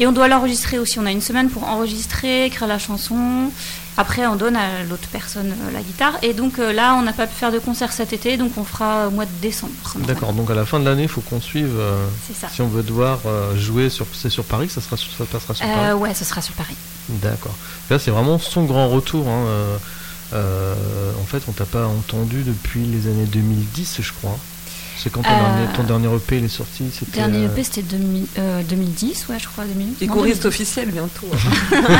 S3: et on doit l'enregistrer aussi. On a une semaine pour enregistrer, écrire la chanson Après, on donne à l'autre personne euh, la guitare. Et donc euh, là, on n'a pas pu faire de concert cet été, donc on fera au mois de décembre.
S2: D'accord, donc à la fin de l'année, il faut qu'on suive. euh,
S3: C'est ça.
S2: si on veut devoir euh, jouer, sur, c'est sur Paris que ça, sera, ça passera sur Paris
S3: Euh, ouais, ce sera sur Paris.
S2: D'accord. Là, c'est vraiment son grand retour. hein, euh, euh, en fait, on t'a pas entendu depuis les années 2010, je crois. C'est quand ton,
S3: Euh,
S2: dernier, ton dernier EP il est sorti. C'était,
S3: Dernier E
S2: euh,
S3: EP, c'était 2000 euh, 2010, ouais, je crois, 2010.
S1: Et
S3: Non,
S1: choriste
S3: 2010.
S1: officiel bientôt. hein.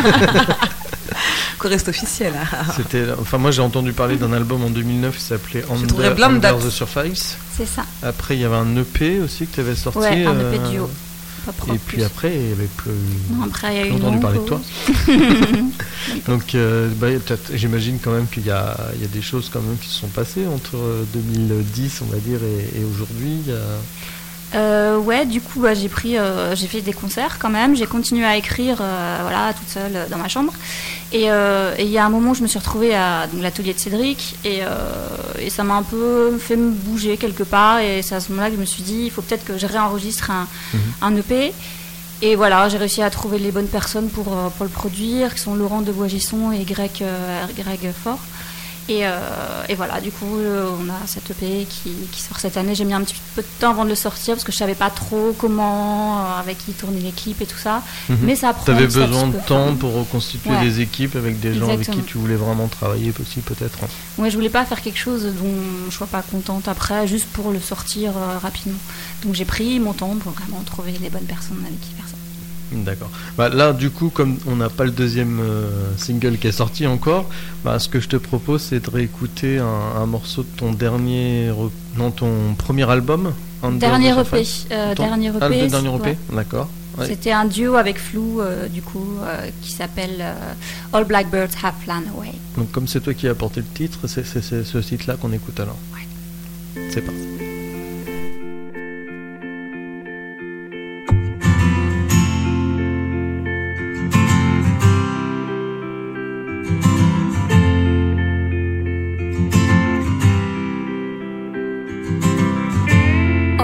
S1: choriste officiel.
S2: euh,
S1: hein.
S2: c'était- enfin, moi, j'ai entendu parler d'un album en 2009 qui s'appelait
S1: trouverais
S2: Under,
S1: plein de
S2: Under
S1: dates.
S2: the Surface.
S3: C'est ça.
S2: Après, il y avait un EP aussi que tu avais sorti.
S3: Ouais, un EP
S2: euh,
S3: duo. Pas propre.
S2: Et puis après, il y avait plus.
S3: Non, après, il y a
S2: plus
S3: eu une
S2: entendu parler de
S3: longue
S2: toi. *laughs* Donc, euh, bah, peut-être- j'imagine quand même qu'il y a, il y a des choses quand même qui se sont passées entre euh, 2010, on va dire, et, et aujourd'hui. il y a-
S3: Euh, ouais, du coup, bah, j'ai pris, euh, j'ai fait des concerts quand même. J'ai continué à écrire, euh, voilà, toute seule euh, dans ma chambre. Et euh, et il y a un moment, je me suis retrouvée à donc, l'atelier de Cédric, et, euh, et ça m'a un peu fait me bouger quelque part. Et c'est à ce moment-là que je me suis dit, il faut peut-être que je réenregistre un,
S2: Mhm.
S3: un EP. Et voilà, j'ai réussi à trouver les bonnes personnes pour, euh, pour le produire, qui sont Laurent de Boisgisson et Greg, euh, Greg Fort. Et, euh, et voilà, du coup, euh, on a cette EP qui, qui sort cette année. J'ai mis un petit peu de temps avant de le sortir parce que je savais pas trop comment, euh, avec qui tourner l'équipe et tout ça.
S2: Mhm.
S3: Mais ça prend.
S2: T'avais
S3: petit à
S2: besoin
S3: petit
S2: de
S3: peu.
S2: temps pour reconstituer
S3: Ouais.
S2: des équipes avec des gens avec
S3: Exactement.
S2: qui tu voulais vraiment travailler aussi peut-être.
S3: Ouais, je voulais pas faire quelque chose dont je sois pas contente après, juste pour le sortir euh, rapidement. Donc j'ai pris mon temps pour vraiment trouver les bonnes personnes avec qui faire ça.
S2: D'accord. Bah, là, du coup, comme on n'a pas le deuxième euh, single qui est sorti encore, bah, ce que je te propose, c'est de réécouter un, un morceau de ton dernier, re- non, ton premier album. Under the
S3: Dernier EP.
S2: Surface.
S3: euh,
S2: Ton-
S3: dernier EP.
S2: Ah, le dernier
S3: ouais.
S2: EP, d'accord. Ouais.
S3: C'était un duo avec Flou, euh, du coup, euh, qui s'appelle euh, All Blackbirds Have Flown Away.
S2: Donc comme c'est toi qui as apporté le titre, c'est c'est- c'est ce titre-là qu'on écoute alors. C'est parti.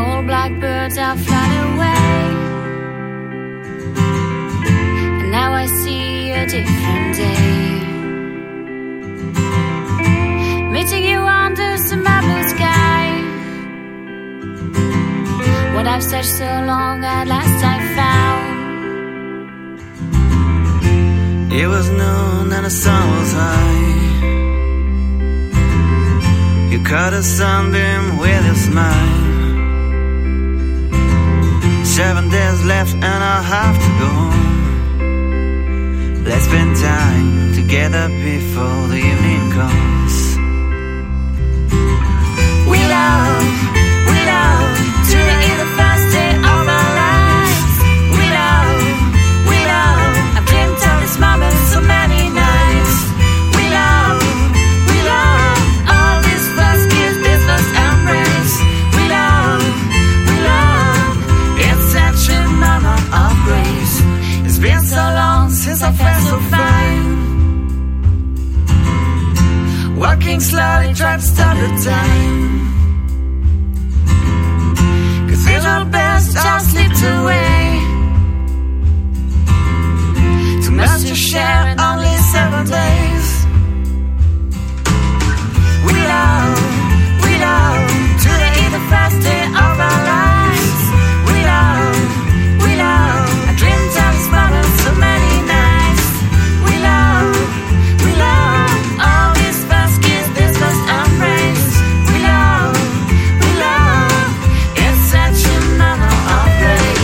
S5: All blackbirds are flying away. And now I see a different day. Meeting you under some apple sky. What I've searched so long, at last I found.
S7: It was noon and the sun was high. You caught a sunbeam with your smile. Seven days left and I have to go. Let's spend time together before the evening comes.
S5: We love, we love. Today is the first day of our lives. We love, we love. I've dreamt of this moment so many nights. We love, we love. All this first kiss, this first embrace. We love, we love. It's such a moment of grace. It's been so long since I felt so fine. Walking slowly, trying to stop the time. Cause little bears just slipped away. Too much to share in only seven days. We love, we love. Today is the first day of our lives. We love, we love. I dreamed of this moment so many nights. We love, we love. All these first kiss, this first embrace. We love, we love. It's such a moment of grace.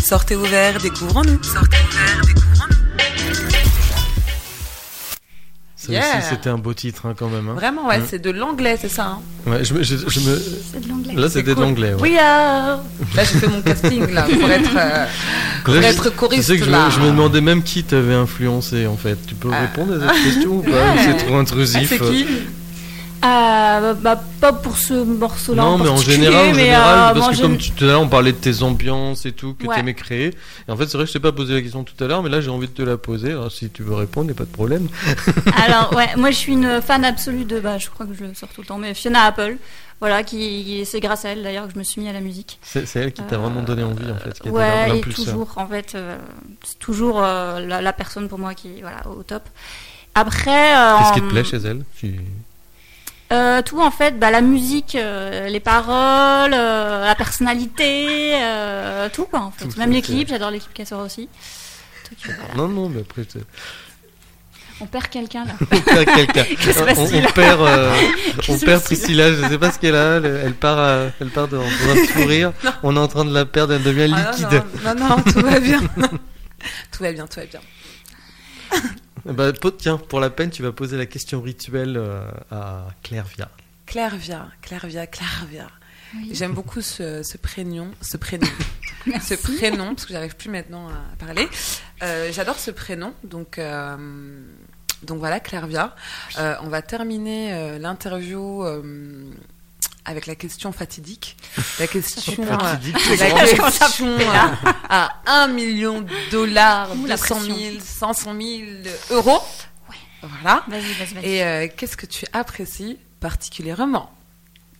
S1: Sortez ouvert, découvrons-nous.
S2: Ça
S1: Yeah.
S2: aussi, c'était un beau titre hein, quand même. hein.
S1: Vraiment, ouais,
S2: Mm.
S1: c'est de l'anglais, c'est
S2: *laughs*
S1: ça. hein.
S2: Ouais, je me- je- je me-
S3: C'est de l'anglais. euh,
S2: Là, c'était de
S1: cool.
S2: l'anglais. ouais.
S1: We are. Là, j'ai fait mon casting là pour être euh, pour
S2: Là, je-
S1: être
S2: Tu
S1: choriste
S2: sais que je
S1: là.
S2: me, je me demandais même qui t'avait influencé en fait. Tu peux
S1: Ah.
S2: répondre à cette question ou pas Ou
S1: Ouais.
S2: C'est trop
S1: Ah,
S2: intrusif.
S1: c'est qui
S3: Euh, bah, pas pour ce morceau-là.
S2: euh. non, mais en
S3: particulier,
S2: général, en
S3: mais, euh,
S2: général parce
S3: moi,
S2: que
S3: je-
S2: comme tu, tout à l'heure, on parlait de tes ambiances et tout, que
S3: Ouais.
S2: t'aimais créer. Et en fait, c'est vrai que je t'ai pas posé la question tout à l'heure, mais là, j'ai envie de te la poser. Alors, si tu veux répondre, il a pas de problème.
S3: Alors, ouais,
S2: *laughs*
S3: moi je suis une fan absolue de, bah, je crois que je le sors tout le temps, mais Fiona Apple. Voilà, qui, qui- c'est grâce à elle d'ailleurs que je me suis mis à la musique.
S2: C'est c'est elle qui t'a
S3: Euh,
S2: vraiment donné envie, en fait. Qui a été l'im-
S3: Ouais, et
S2: l'impulseur.
S3: toujours, en fait, euh, c'est toujours euh, la, la personne pour moi qui, voilà, au top. Après, euh,
S2: Qu'est-ce qui te
S3: en-
S2: plaît chez elle Tu-
S3: euh, Tout en fait, bah, la musique, euh, les paroles, euh, la personnalité, euh, tout quoi en fait.
S2: Tout,
S3: Même
S2: tout,
S3: les
S2: tout.
S3: clips, j'adore les clips qu'elle sort aussi. Donc, euh, voilà.
S2: Non, non, mais après, c'est-
S3: On perd quelqu'un là.
S2: on perd quelqu'un.
S3: *laughs* Que se
S2: On- on,
S3: passe-t-il
S2: perd, euh,
S3: *laughs* Que
S2: on
S3: se
S2: perd
S3: passe-t-il
S2: Priscilla. Je sais pas ce qu'elle a. Elle, elle part, euh, elle part dans, dans un
S3: *laughs*
S2: sourire. on est en train de la perdre. Elle devient
S1: Ah,
S2: liquide.
S1: non, non, non, non, tout va bien. *laughs* tout va bien, tout va bien.
S2: Bah, po- tiens, pour la peine, tu vas poser la question rituelle euh, à Claire Via.
S3: Ah.
S1: Clairvia, Clairvia, Clairvia.
S3: Oui.
S1: J'aime beaucoup ce, ce prénom, ce
S3: *laughs*
S1: prénom, ce
S3: Merci.
S1: prénom, parce que j'arrive plus maintenant à parler. Euh, J'adore ce prénom, donc euh, donc voilà, Clairvia. Euh, on va terminer euh, l'interview euh, avec la question fatidique, la question. euh, la question euh, à 1 million de dollars,
S3: Ouh, la
S1: 200 000,
S3: pression.
S1: 500 000 euros. Voilà.
S3: Vas-y, vas-y, vas-y.
S1: Et euh, qu'est-ce que tu apprécies particulièrement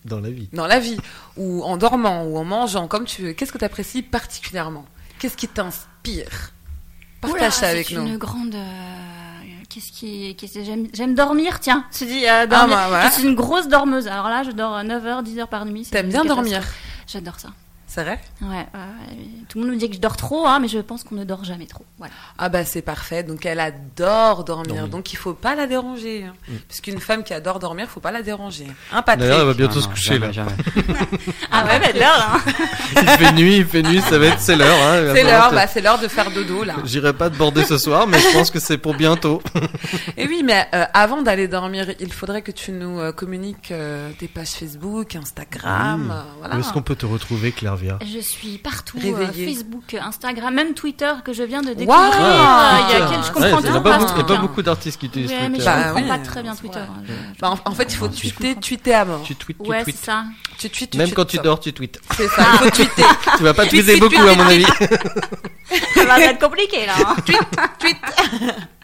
S2: Dans la vie.
S1: dans la vie Ou en dormant, ou en mangeant, comme tu veux. Qu'est-ce que tu apprécies particulièrement Qu'est-ce qui t'inspire *laughs* Partage
S3: Oula,
S1: ça avec
S3: c'est
S1: nous.
S3: une grande. euh, Qu'est-ce qui. qu'est-ce que J'aime j'aime dormir, tiens. Je te dis, euh,
S1: Ah
S3: dormir.
S1: bah voilà.
S3: Je suis une grosse dormeuse. Alors là, je dors 9h, 10h par nuit. c'est
S1: T'aimes
S3: une
S1: bien
S3: catastrophe.
S1: dormir,
S3: J'adore ça.
S1: c'est vrai
S3: Ouais, ouais, ouais. Tout le monde me dit que je dors trop, hein, mais je pense qu'on ne dort jamais trop. Voilà.
S1: Ah bah c'est parfait, donc elle adore dormir,
S2: Dormir.
S1: donc il faut pas la déranger. hein.
S2: Mm.
S1: Parce qu'une femme qui adore dormir, faut pas la déranger. Hein Patrick
S2: D'ailleurs, elle va bientôt
S4: Ah,
S2: se
S4: non,
S2: coucher
S4: jamais,
S2: là.
S4: jamais.
S3: Ah ouais, bah l'heure, hein.
S2: *laughs* il fait nuit, il fait nuit, ça va être c'est l'heure. hein, il va
S1: C'est
S2: falloir
S1: l'heure,
S2: te-
S1: bah, c'est l'heure de faire dodo
S2: *laughs*
S1: là.
S2: J'irai pas te border ce soir, mais je pense que c'est pour
S3: *laughs*
S2: bientôt.
S1: Et oui, mais euh, avant d'aller dormir, il faudrait que tu nous euh, communiques euh, tes pages Facebook, Instagram,
S2: Mmh.
S1: euh, voilà.
S3: Ah.
S2: Où est-ce qu'on peut te retrouver, Claire Via
S3: Je suis partout. euh,
S1: Réveillée.
S3: Facebook, Instagram, même Twitter que je viens de découvrir.
S1: Waouh,
S3: euh, il y a
S1: Twitter.
S3: quel- Je
S1: Ouais,
S3: comprends
S2: Ah, il y
S3: tout.
S2: a
S1: par
S2: pas, beaucoup- il y a
S1: contre,
S2: pas
S1: hein.
S2: beaucoup d'artistes qui hein. utilisent
S3: Ouais, mais je
S2: Twitter.
S1: Bah,
S3: comprends
S1: oui,
S3: pas très bien Twitter.
S1: ouais.
S3: hein, je- je
S1: Bah, en,
S3: comprends
S1: en fait,
S3: pas.
S1: il faut
S3: Je
S1: tweeter,
S3: comprends.
S1: tweeter à mort.
S2: Ah, Tu tweets, tu
S3: Ouais, c'est
S2: tweets.
S3: ça.
S1: Tu tweets, tu
S2: Même
S1: tweets.
S2: quand tu dors, tu tweets. *laughs*
S1: C'est ça, il faut tweeter.
S2: tu vas pas
S1: Tweet,
S2: tweeter
S1: tweet,
S2: beaucoup,
S1: tweet,
S2: à mon avis.
S1: *laughs*
S3: Ça va être compliqué là. hein.
S1: Tweet.
S3: *laughs*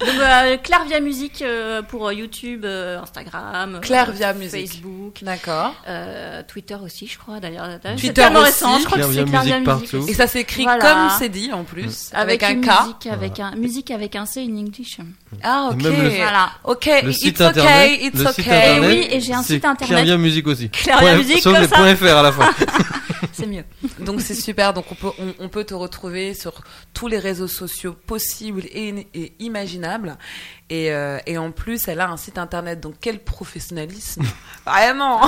S3: Donc euh, Claire via musique euh, pour euh, YouTube, euh, Instagram, euh,
S1: Claire via musique.
S3: Facebook,
S1: D'accord.
S3: euh, Twitter aussi, je crois d'ailleurs. C'est
S1: Twitter
S3: tellement
S1: aussi.
S3: récent, je crois
S2: Claire
S3: que
S2: via
S3: c'est Claire via
S2: musique
S3: musique.
S2: partout.
S3: aussi.
S1: Et ça s'écrit
S3: Voilà. Mmh.
S1: comme c'est dit en plus, avec,
S3: une
S1: un K.
S3: musique avec un musique avec un C in English.
S1: Ah,
S2: Et
S1: ok.
S2: même le-
S3: Voilà.
S1: Ok,
S2: Le
S1: it's
S2: site
S1: okay,
S2: internet.
S1: it's okay.
S2: le
S1: Eh
S2: site internet,
S3: oui, et j'ai un
S2: c'est
S3: site internet.
S2: Claire Via Musique aussi.
S3: Claire via
S2: Point-
S3: musique,
S2: Sauf
S3: comme
S2: les
S3: ça.
S2: points .fr à
S1: *laughs*
S2: la fin.
S3: C'est mieux.
S1: Donc c'est super. Donc on peut on, on peut te retrouver sur tous les réseaux sociaux possibles et, et imaginables. Et, euh, et en plus, elle a un site internet. Donc quel professionnalisme *laughs* Vraiment.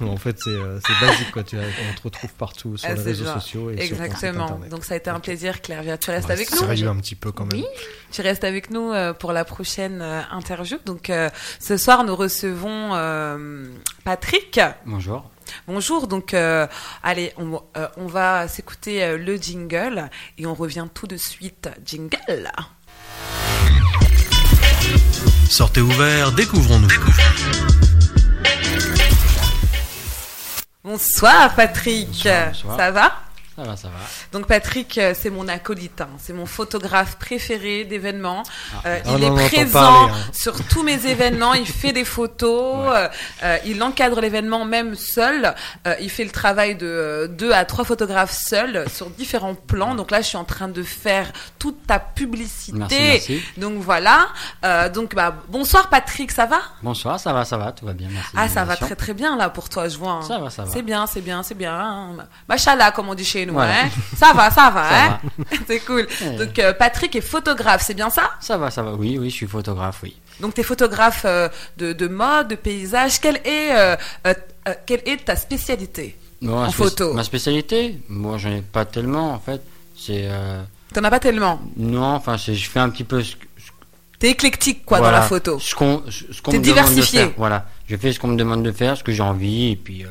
S2: en fait, c'est euh, c'est basique, quoi. Tu, on te retrouve partout sur
S1: Ah,
S2: les
S1: c'est
S2: réseaux
S1: ça.
S2: sociaux et sur ton site
S1: Exactement.
S2: internet.
S1: Donc ça a été un plaisir, Claire. Viens, Tu restes
S2: Ouais,
S1: avec
S2: c'est
S1: nous.
S2: Sérieux un petit peu quand même.
S3: Oui.
S1: Tu restes avec nous euh, pour la prochaine euh, interview. Donc euh, ce soir, nous recevons euh, Patrick.
S4: Bonjour.
S1: Bonjour. Donc euh, allez, on, euh, on va s'écouter euh, le jingle et on revient tout de suite. Jingle.
S6: Sortez ouvert, découvrons-nous.
S1: Bonsoir Patrick.
S4: Bonsoir, bonsoir.
S1: Ça va
S4: Ça va, ça va.
S1: Donc Patrick, euh, c'est mon acolyte, hein. c'est mon photographe préféré d'événements. Euh, il
S2: Ah non, on
S1: est
S2: entend
S1: présent
S2: parler, hein.
S1: sur tous mes événements, il fait des
S2: *laughs*
S1: photos, euh, euh, il encadre l'événement même seul, Euh, il fait le travail de euh, deux à trois photographes seuls sur différents plans. Donc là, je suis en train de faire toute ta publicité.
S4: Merci, merci.
S1: Donc voilà. Euh, donc bah, bonsoir Patrick, ça va
S4: Bonsoir, ça va, ça va, tout va bien, merci.
S1: Ah,
S4: de
S1: ça va
S4: l'invitation.
S1: très très bien là pour toi, je vois. hein.
S4: Ça va, ça va.
S1: C'est bien, c'est bien, c'est bien. hein. Machallah, comme on dit chez nous.
S4: Voilà.
S1: hein. Ça va, ça va.
S4: *laughs* Ça
S1: hein. *laughs* c'est cool.
S4: Ouais.
S1: Donc, euh, Patrick est photographe, c'est bien ça
S4: Ça va, ça va, oui, oui, je suis photographe, oui.
S1: Donc, tu es photographe euh, de, de mode, de paysage. Quelle est, euh, euh, euh, quelle est ta spécialité
S4: Non, ma
S1: En
S4: spéc-
S1: photo.
S4: Ma spécialité, moi j'en ai pas tellement en fait. C'est euh,
S1: T'en as pas tellement.
S4: non, enfin c'est- je fais un petit peu ce, que- ce-
S1: T'es éclectique, quoi,
S4: voilà,
S1: dans la photo.
S4: Ce qu'on ce ce qu'on
S1: T'es
S4: me demande de
S1: diversifié.
S4: faire. Voilà, je fais ce qu'on me demande de faire, ce que j'ai envie et puis. euh,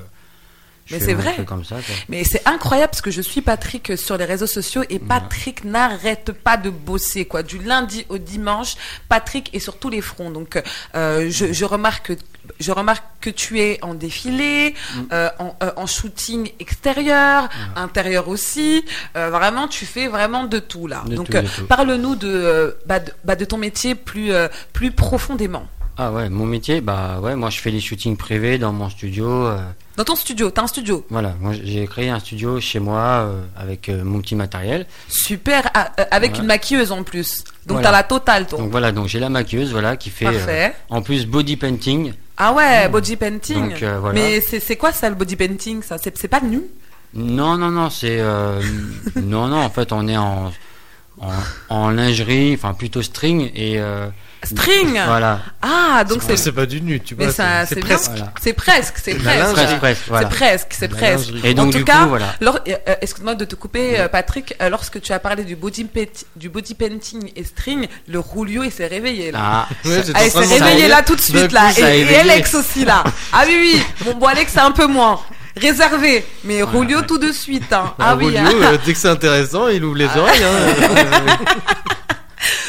S4: je
S1: Mais
S4: fais
S1: c'est
S4: mon
S1: vrai.
S4: truc comme ça. quoi.
S1: Mais c'est incroyable parce que je suis Patrick sur les réseaux sociaux et Patrick n'arrête pas de bosser quoi. Du lundi au dimanche, Patrick est sur tous les fronts. Donc euh, je, je remarque, je remarque que tu es en défilé,
S4: Mm.
S1: euh, en, euh, en shooting extérieur, intérieur aussi. Euh, vraiment, tu fais vraiment de tout là.
S4: De
S1: Donc
S4: tout, de
S1: euh,
S4: tout.
S1: parle-nous de, euh, bah, de bah, de ton métier plus euh, plus profondément.
S4: Ah ouais, mon métier, bah ouais, moi je fais les shootings privés dans mon studio. euh,
S1: Dans ton studio, t'as un studio
S4: voilà, moi j'ai créé un studio chez moi euh, avec euh, mon petit matériel.
S1: super ah, euh, avec
S4: Ouais.
S1: une maquilleuse en plus. Donc
S4: Voilà.
S1: t'as la totale toi.
S4: Donc voilà, donc j'ai la maquilleuse, voilà, qui fait euh,
S1: Parfait.
S4: en plus body painting.
S1: Ah ouais, body painting.
S4: Mm. Donc, euh, voilà.
S1: Mais c'est c'est quoi ça le body painting ça C'est c'est pas nu
S4: Non, non, non,
S1: *laughs*
S4: c'est euh, non, non. En fait, on est en en, en lingerie, enfin plutôt string et euh,
S1: String.
S4: *laughs* Voilà,
S1: Ah donc
S2: Ah,
S1: c'est
S2: C'est pas du nu, tu vois.
S1: mais ça
S2: c'est
S1: c'est
S2: presque.
S1: bien.
S4: Voilà.
S1: C'est presque, c'est
S2: La
S1: presque.
S2: lingerie.
S4: presque, presque,
S1: C'est
S4: voilà.
S1: presque, c'est
S2: La
S1: presque.
S2: lingerie.
S4: Et donc
S1: en tout
S4: du
S1: cas,
S4: coup, voilà.
S1: lors- euh, euh, excuse-moi de te couper, euh, Patrick. euh, Lorsque tu as parlé du body, paint- du body painting et string, le roulio il s'est réveillé là.
S4: Ah,
S2: Ouais,
S4: ça-
S2: j'étais
S1: Ah,
S2: en
S1: elle s'est
S2: train de-
S1: réveillée là tout de
S2: D'un
S1: suite
S2: coup,
S1: là.
S4: ça a
S1: Et, et
S4: éveillé.
S1: Alex aussi là. Ah oui oui. Bon bon Alex c'est un peu moins réservé, mais Rolio tout de suite. hein. Ah,
S2: Ah,
S4: Bah,
S1: oui. Ah. hein.
S2: Rolio, euh, dès que c'est intéressant, il ouvre les oreilles. hein.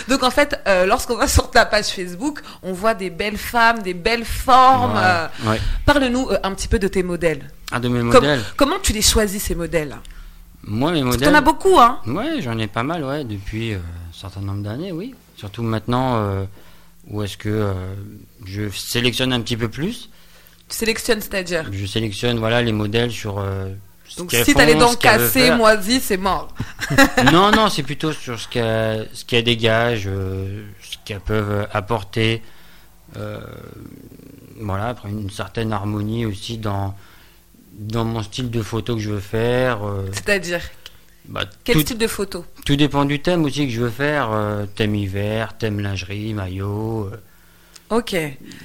S1: Donc en fait, euh, lorsqu'on va *laughs* sur ta page Facebook, on voit des belles femmes, des belles formes.
S4: voilà,
S1: euh,
S4: ouais.
S1: Parle-nous euh, un petit peu de tes modèles.
S4: Un de mes
S1: Com-
S4: modèles.
S1: comment tu les choisis ces modèles
S4: Moi, mes
S1: Parce
S4: modèles.
S1: qu'on a beaucoup hein.
S4: Ouais, j'en ai pas mal, ouais, depuis euh, un certain nombre d'années, oui. Surtout maintenant, euh, où est-ce que euh, je sélectionne un petit peu plus.
S1: Tu sélectionnes c'est-à-dire.
S4: Je sélectionne, voilà, les modèles sur. euh, ce
S1: Donc
S4: qu'elles
S1: si t'as les
S4: font,
S1: dents
S4: ce qu'elles veulent
S1: cassées,
S4: faire.
S1: moisies, c'est mort.
S4: *laughs* Non, non, c'est plutôt sur ce qu'elles ce qu'elles dégagent, euh, ce qu'elles peuvent apporter. Euh, voilà, après une certaine harmonie aussi dans dans mon style de photo que je veux faire. euh,
S1: C'est-à-dire
S4: bah,
S1: quel
S4: tout,
S1: style de photo
S4: tout dépend du thème aussi que je veux faire. euh, thème hiver, thème lingerie, maillot. euh,
S1: Ok.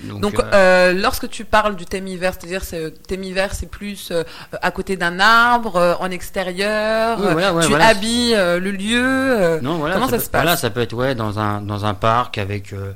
S4: donc,
S1: Donc,
S4: euh,
S1: euh, lorsque tu parles du thème hiver, c'est-à-dire c'est euh, thème hiver, c'est plus euh, à côté d'un arbre, euh, en extérieur.
S4: Oui,
S1: euh,
S4: voilà, ouais,
S1: tu
S4: voilà.
S1: habilles euh, le lieu. euh,
S4: non, voilà,
S1: comment ça
S4: peut-
S1: se passe
S4: Voilà, ça peut être ouais, dans, un, dans un parc avec, euh,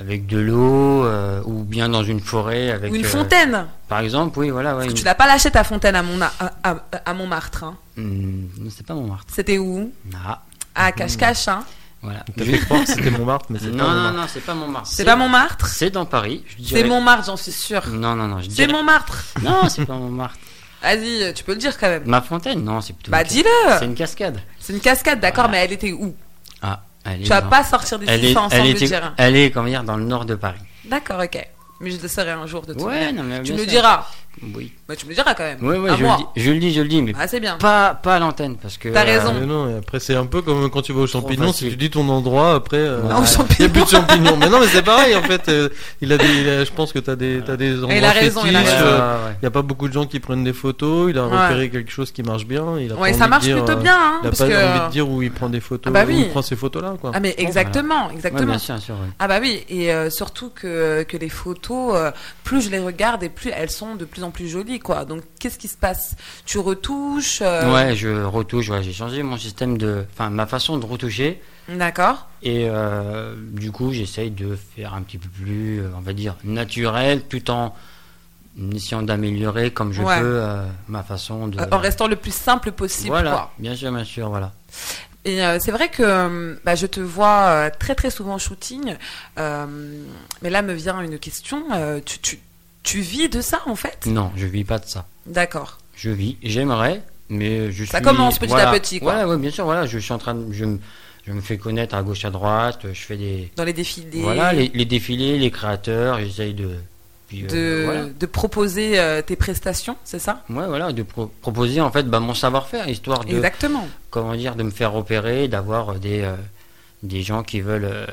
S4: avec de l'eau euh, ou bien dans une forêt. Avec,
S1: ou une
S4: euh,
S1: fontaine.
S4: Par exemple, oui, voilà. Ouais,
S1: Parce que tu
S4: une-
S1: l'as pas lâché ta fontaine à, mon, à, à- à Montmartre. hein.
S4: Hmm, non, c'est pas Montmartre.
S1: C'était où
S4: Ah,
S1: À Cache-Cache. Hein.
S4: voilà.
S2: T'as
S4: Je-
S2: fait croire que c'était Montmartre, mais c'est
S4: Non,
S2: pas
S4: non,
S2: Montmartre.
S4: non, c'est pas Montmartre.
S1: C'est pas Montmartre
S4: C'est dans Paris. je
S1: C'est
S4: dirais-
S1: Montmartre, j'en suis sûre.
S4: Non, non, non. Je
S1: C'est
S4: dirais-
S1: Montmartre.
S4: Non, c'est pas Montmartre.
S1: Vas-y, euh, tu peux le dire quand même.
S4: Ma fontaine, non, c'est plutôt.
S1: Bah
S4: une- Hmm. C'est
S1: dis-le
S4: une cascade.
S1: C'est une cascade, d'accord,
S4: Voilà.
S1: mais elle était où
S4: Ah, elle est.
S1: Tu vas
S4: dans-
S1: pas sortir
S4: Elle
S1: d'ici
S4: est,
S1: sans, sans
S4: elle,
S1: me le
S4: était-
S1: dire. hein.
S4: elle est, comment dire, dans le nord de Paris.
S1: D'accord, ok. Mais je le saurai un jour de toute
S4: Ouais,
S1: manière.
S4: non, mais
S1: Tu
S4: bien
S1: me le
S4: sûr.
S1: diras.
S4: Oui,
S1: Bah, tu me le diras quand même.
S4: oui, oui,
S1: à
S4: je,
S1: moi.
S4: le dis, je le dis, je le dis, mais
S1: Ah, c'est bien.
S4: pas, pas à l'antenne parce que. euh,
S1: T'as raison.
S2: Ah, Mais non, et après c'est un peu comme quand tu vas aux champignons, si
S4: facile.
S2: tu dis ton endroit, après... euh,
S4: Non,
S1: Ah, aux
S2: Il n'y a plus
S1: champignons.
S2: de champignons. Mais non, mais c'est pareil en fait. euh, il a des, il a- je pense que t'as des, t'as des endroits
S1: il a raison, il a
S2: fétiches,
S1: raison.
S2: euh,
S4: Ouais, ouais, ouais.
S2: Il n'y a pas beaucoup de gens qui prennent des photos. Il a
S1: Ouais.
S2: repéré quelque chose qui marche bien. Il a pas
S1: Ouais,
S2: envie
S1: ça
S2: de
S1: marche
S2: dire,
S1: plutôt
S2: euh,
S1: bien. hein,
S2: Il n'a
S1: parce
S2: pas envie
S1: que...
S2: de dire où il prend des photos,
S1: Ah bah
S2: où
S1: oui.
S2: il prend ces photos-là, quoi.
S1: Ah, mais exactement,
S4: Ouais,
S1: exactement.
S4: bien sûr, bien sûr, ouais.
S1: Ah bah oui, et euh, surtout que, que les photos, euh, plus je les regarde et plus elles sont de plus en plus jolies, quoi. Donc qu'est-ce qui se passe Tu retouches euh,
S4: Ouais, je retouche, ouais, j'ai changé mon système de. Enfin, ma façon de retoucher.
S1: D'accord.
S4: Et euh, du coup, j'essaye de faire un petit peu plus, euh, on va dire, naturel, tout en essayant d'améliorer comme je
S1: Ouais.
S4: peux euh, ma façon de.
S1: Euh, en restant le plus simple possible,
S4: voilà,
S1: quoi.
S4: bien sûr, bien sûr, voilà.
S1: Et euh, c'est vrai que euh, bah, je te vois euh, très très souvent en shooting, euh, mais là me vient une question. euh, tu, tu, tu vis de ça en fait
S4: Non, je vis pas de ça.
S1: D'accord.
S4: Je vis, j'aimerais, mais je suis.
S1: Ça commence petit
S4: voilà.
S1: à petit, quoi.
S4: Voilà, ouais, bien sûr, voilà, je suis en train de. Je, me- je me fais connaître à gauche, à droite, je fais des.
S1: Dans les défilés,
S4: Voilà, les, les défilés, les créateurs, j'essaye de. puis, euh,
S1: de,
S4: voilà.
S1: de proposer euh, tes prestations, c'est ça
S4: Ouais, voilà, de pro- proposer en fait bah, mon savoir-faire, histoire de,
S1: Exactement.
S4: comment dire, de me faire repérer, d'avoir des, euh, des gens qui veulent, euh,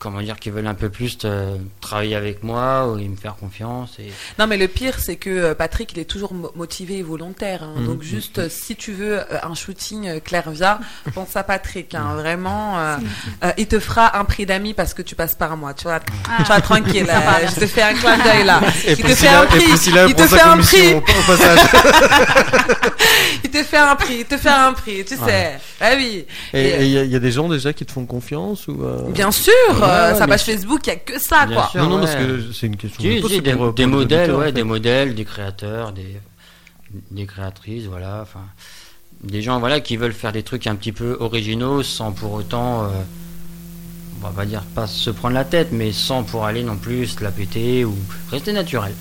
S4: comment dire, qui veulent un peu plus euh, travailler avec moi ou, et me faire confiance. Et...
S1: Non, mais le pire, c'est que euh, Patrick, il est toujours mo- motivé et volontaire. hein.
S2: Mhm.
S1: Donc, juste, euh, si tu veux euh, un shooting euh, Clairvia, pense à Patrick. hein. Vraiment, euh, euh, il te fera un prix d'amis parce que tu passes par moi. Tu vois, tu vois tranquille. euh, je te fais un clin d'œil là.
S2: Et
S1: il te fait un prix. il te fait un prix. *laughs* Il te fait un prix. Il te fait un prix. Tu sais. Ah oui.
S2: Et il y, a- y a des gens déjà qui te font confiance ou euh,
S1: Bien sûr,
S2: Ouais,
S1: euh,
S2: ouais,
S1: sa
S2: bien
S1: page Facebook, il y a que ça,
S4: Bien
S1: quoi.
S4: sûr.
S2: Non, non, parce
S4: Ouais.
S2: que c'est une question. que je
S4: Si,
S2: pose,
S4: si,
S2: c'est
S4: des,
S2: pour- pour
S4: des
S2: les
S4: modèles,
S2: auditeurs, en
S4: ouais,
S2: fait.
S4: des modèles, des créateurs, des, des créatrices, voilà. Enfin, des gens, voilà, qui veulent faire des trucs un petit peu originaux sans pour autant, euh, on va pas dire pas se prendre la tête, mais sans pour aller non plus se la péter ou rester naturel.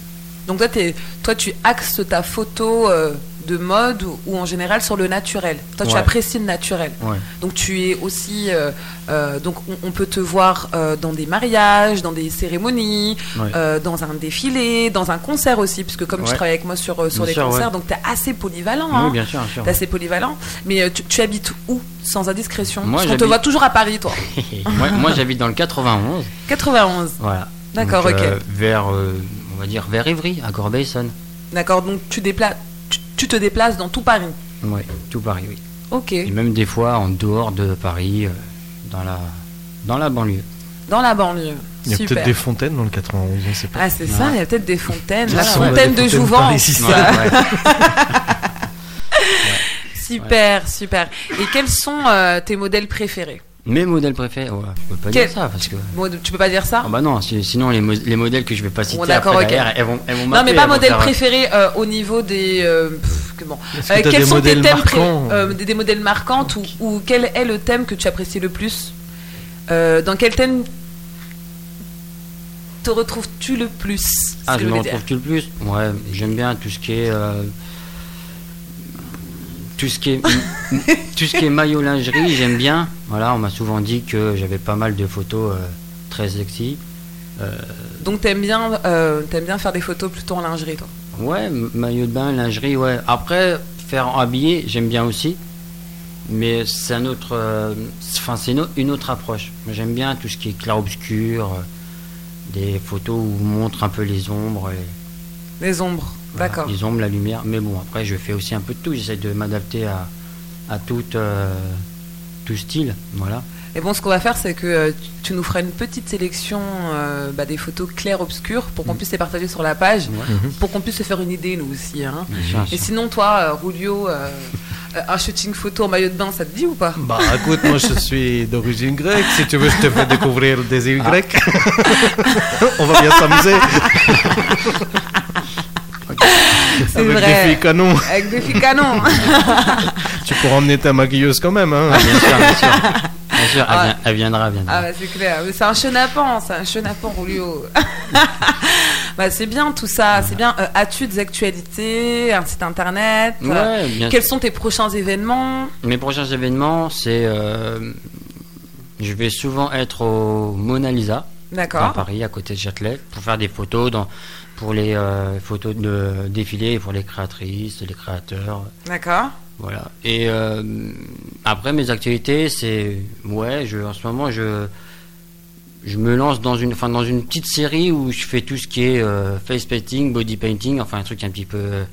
S1: Donc toi, t'es- toi, tu axes ta photo euh, de mode ou, ou en général sur le naturel. Toi, tu
S4: Ouais.
S1: apprécies le naturel.
S4: Ouais.
S1: Donc tu es aussi, euh, euh, donc on, on peut te voir euh, dans des mariages, dans des cérémonies,
S4: Ouais.
S1: euh, dans un défilé, dans un concert aussi, puisque comme tu
S4: Ouais.
S1: travailles avec moi sur euh, sur
S4: Bien
S1: les
S4: sûr,
S1: concerts,
S4: ouais.
S1: donc t'es assez polyvalent.
S4: Oui,
S1: hein.
S4: bien sûr, bien sûr.
S1: T'es assez polyvalent. Mais euh, tu, tu habites où, sans indiscrétion
S4: Moi,
S1: Parce qu'on te
S4: j'habite-
S1: voit toujours à Paris, toi.
S4: *laughs* moi, moi, j'habite dans le 91.
S1: 91.
S4: Voilà.
S1: D'accord,
S4: Donc,
S1: ok.
S4: euh, vers, euh, on va dire, vers Évry, à Corbeil-Essonnes.
S1: D'accord. Donc tu déplaces, tu, tu te déplaces dans tout Paris.
S4: Ouais, tout Paris, oui.
S1: Ok.
S4: Et même des fois en dehors de Paris, euh, dans la, dans la banlieue.
S1: Dans la banlieue.
S2: Il y a
S1: Super.
S2: peut-être des fontaines dans le 91, on sait pas.
S1: Ah, c'est ça, il y a peut-être des fontaines. La
S2: Ils sont là,
S1: fontaine
S2: des
S1: de
S2: fontaines
S1: Jouvent.
S2: par ici.
S4: *laughs* Ouais, ouais.
S1: Super, super. Et quels sont euh, tes modèles préférés
S4: Mes modèles préférés, ouais, je peux pas
S1: Quel-
S4: dire ça parce que.
S1: Bon, tu peux pas dire ça
S4: Ah bah non, si- sinon les, mo- les modèles que je vais pas citer
S1: d'accord,
S4: après
S1: ok.
S4: derrière, elles vont, elles vont
S1: Non, mais
S4: m'appeler,
S1: pas
S4: elles vont
S1: modèle
S4: faire-
S1: préféré euh, au niveau des. euh, pff, que bon.
S2: Est-ce
S1: Euh,
S2: que t'as
S1: quels
S2: des
S1: sont tes
S2: modèles
S1: thèmes pré-
S2: marquants
S1: euh, des, des modèles marquants ou, ou quel est le thème que tu apprécies le plus Euh, Dans quel thème te retrouves-tu le plus C'est ce
S4: Ah,
S1: que
S4: je me
S1: veux dire.
S4: retrouve tout le plus. Ouais, j'aime bien tout ce qui est. euh, Tout ce qui est, *laughs* tout ce qui est maillot lingerie, j'aime bien. Voilà, on m'a souvent dit que j'avais pas mal de photos euh, très sexy.
S1: Donc t'aimes bien, euh, t'aimes bien faire des photos plutôt en lingerie, toi.
S4: Ouais, m- maillot de bain, lingerie, ouais. Après, faire habiller, j'aime bien aussi. Mais c'est un autre. euh, c'est- Enfin, c'est une au- une autre approche. Moi, J'aime bien tout ce qui est clair-obscur, euh, des photos où on montre un peu les ombres. et-
S1: Les ombres,
S4: voilà,
S1: d'accord.
S4: les ombres, la lumière. Mais bon, après, je fais aussi un peu de tout. J'essaie de m'adapter à, à toute, euh, tout style. Voilà.
S1: Et bon, ce qu'on va faire, c'est que euh, tu- tu nous feras une petite sélection euh, bah, des photos claires-obscures pour qu'on puisse les partager sur la page,
S4: Mm. Ouais.
S2: Mm-hmm.
S1: pour qu'on puisse se faire une idée, nous aussi. hein.
S4: Bien sûr,
S1: Et
S4: sûr.
S1: sinon, toi, euh, Rulio, euh, euh, un shooting photo en maillot de bain, ça te dit ou pas
S2: Bah écoute, moi je suis d'origine grecque, si tu veux je te fais découvrir des
S1: Ah.
S2: îles grecques. *laughs* On va bien s'amuser
S1: C'est
S2: avec
S1: vrai.
S2: des filles canons.
S1: Avec des filles canons *laughs*
S2: Tu pourras emmener ta maquilleuse quand même. Hein.
S4: Bien sûr,
S1: *laughs*
S4: bien sûr. Bien sûr, elle,
S1: Ah.
S4: vient- elle viendra, elle viendra.
S1: Ah bah, c'est clair, Mais c'est un chenapan, c'est un chenapan Rulio. *laughs* bah c'est bien tout ça, c'est bien. Euh, As-tu des actualités, un site internet euh,
S4: Ouais, bien
S1: Quels sont tes prochains événements
S4: Mes prochains événements, c'est. euh, je vais souvent être au Mona Lisa, à
S1: D'accord.
S4: Paris, à côté de Châtelet, pour faire des photos dans, pour les euh, photos de défilé, pour les créatrices, les créateurs.
S1: D'accord.
S4: Voilà. Et euh, après, mes activités, c'est. Ouais, je, en ce moment, je. Je me lance dans une, enfin, dans une petite série où je fais tout ce qui est euh, face painting, body painting, enfin un truc un petit peu euh,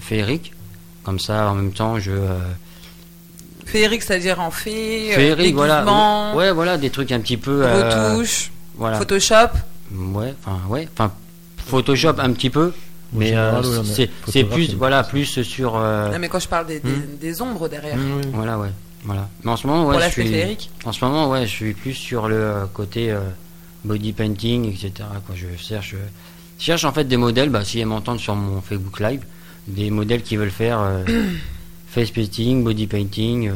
S4: féerique. Comme ça, en même temps, je. euh,
S1: Féerique, c'est-à-dire en fée, euh,
S4: Féerique, voilà.
S1: déguisement,
S4: Ouais, voilà, des trucs un petit peu. euh,
S1: retouche,
S4: voilà.
S1: Photoshop.
S4: Ouais, enfin, ouais, enfin, Photoshop un petit peu.
S2: En
S4: Mais
S2: général, ouais,
S4: euh,
S2: mais
S4: c'est c'est
S2: photographe,
S4: plus,
S2: c'est-
S4: voilà, plus sur. euh,
S1: Non, Ah, mais quand je parle des, des, des ombres derrière,
S4: Voilà, ouais. Voilà. Mais en ce moment, Hmm. ouais,
S1: pour
S4: je
S1: l'aspect
S4: suis.
S1: féerique.
S4: En ce moment, ouais, je suis plus sur le euh, côté euh, body painting, etc. Quoi. Je cherche, euh, je cherche en fait des modèles, bah, si elles m'entendent sur mon Facebook Live, des modèles qui veulent
S1: *coughs*
S4: faire euh, face painting, body painting. euh,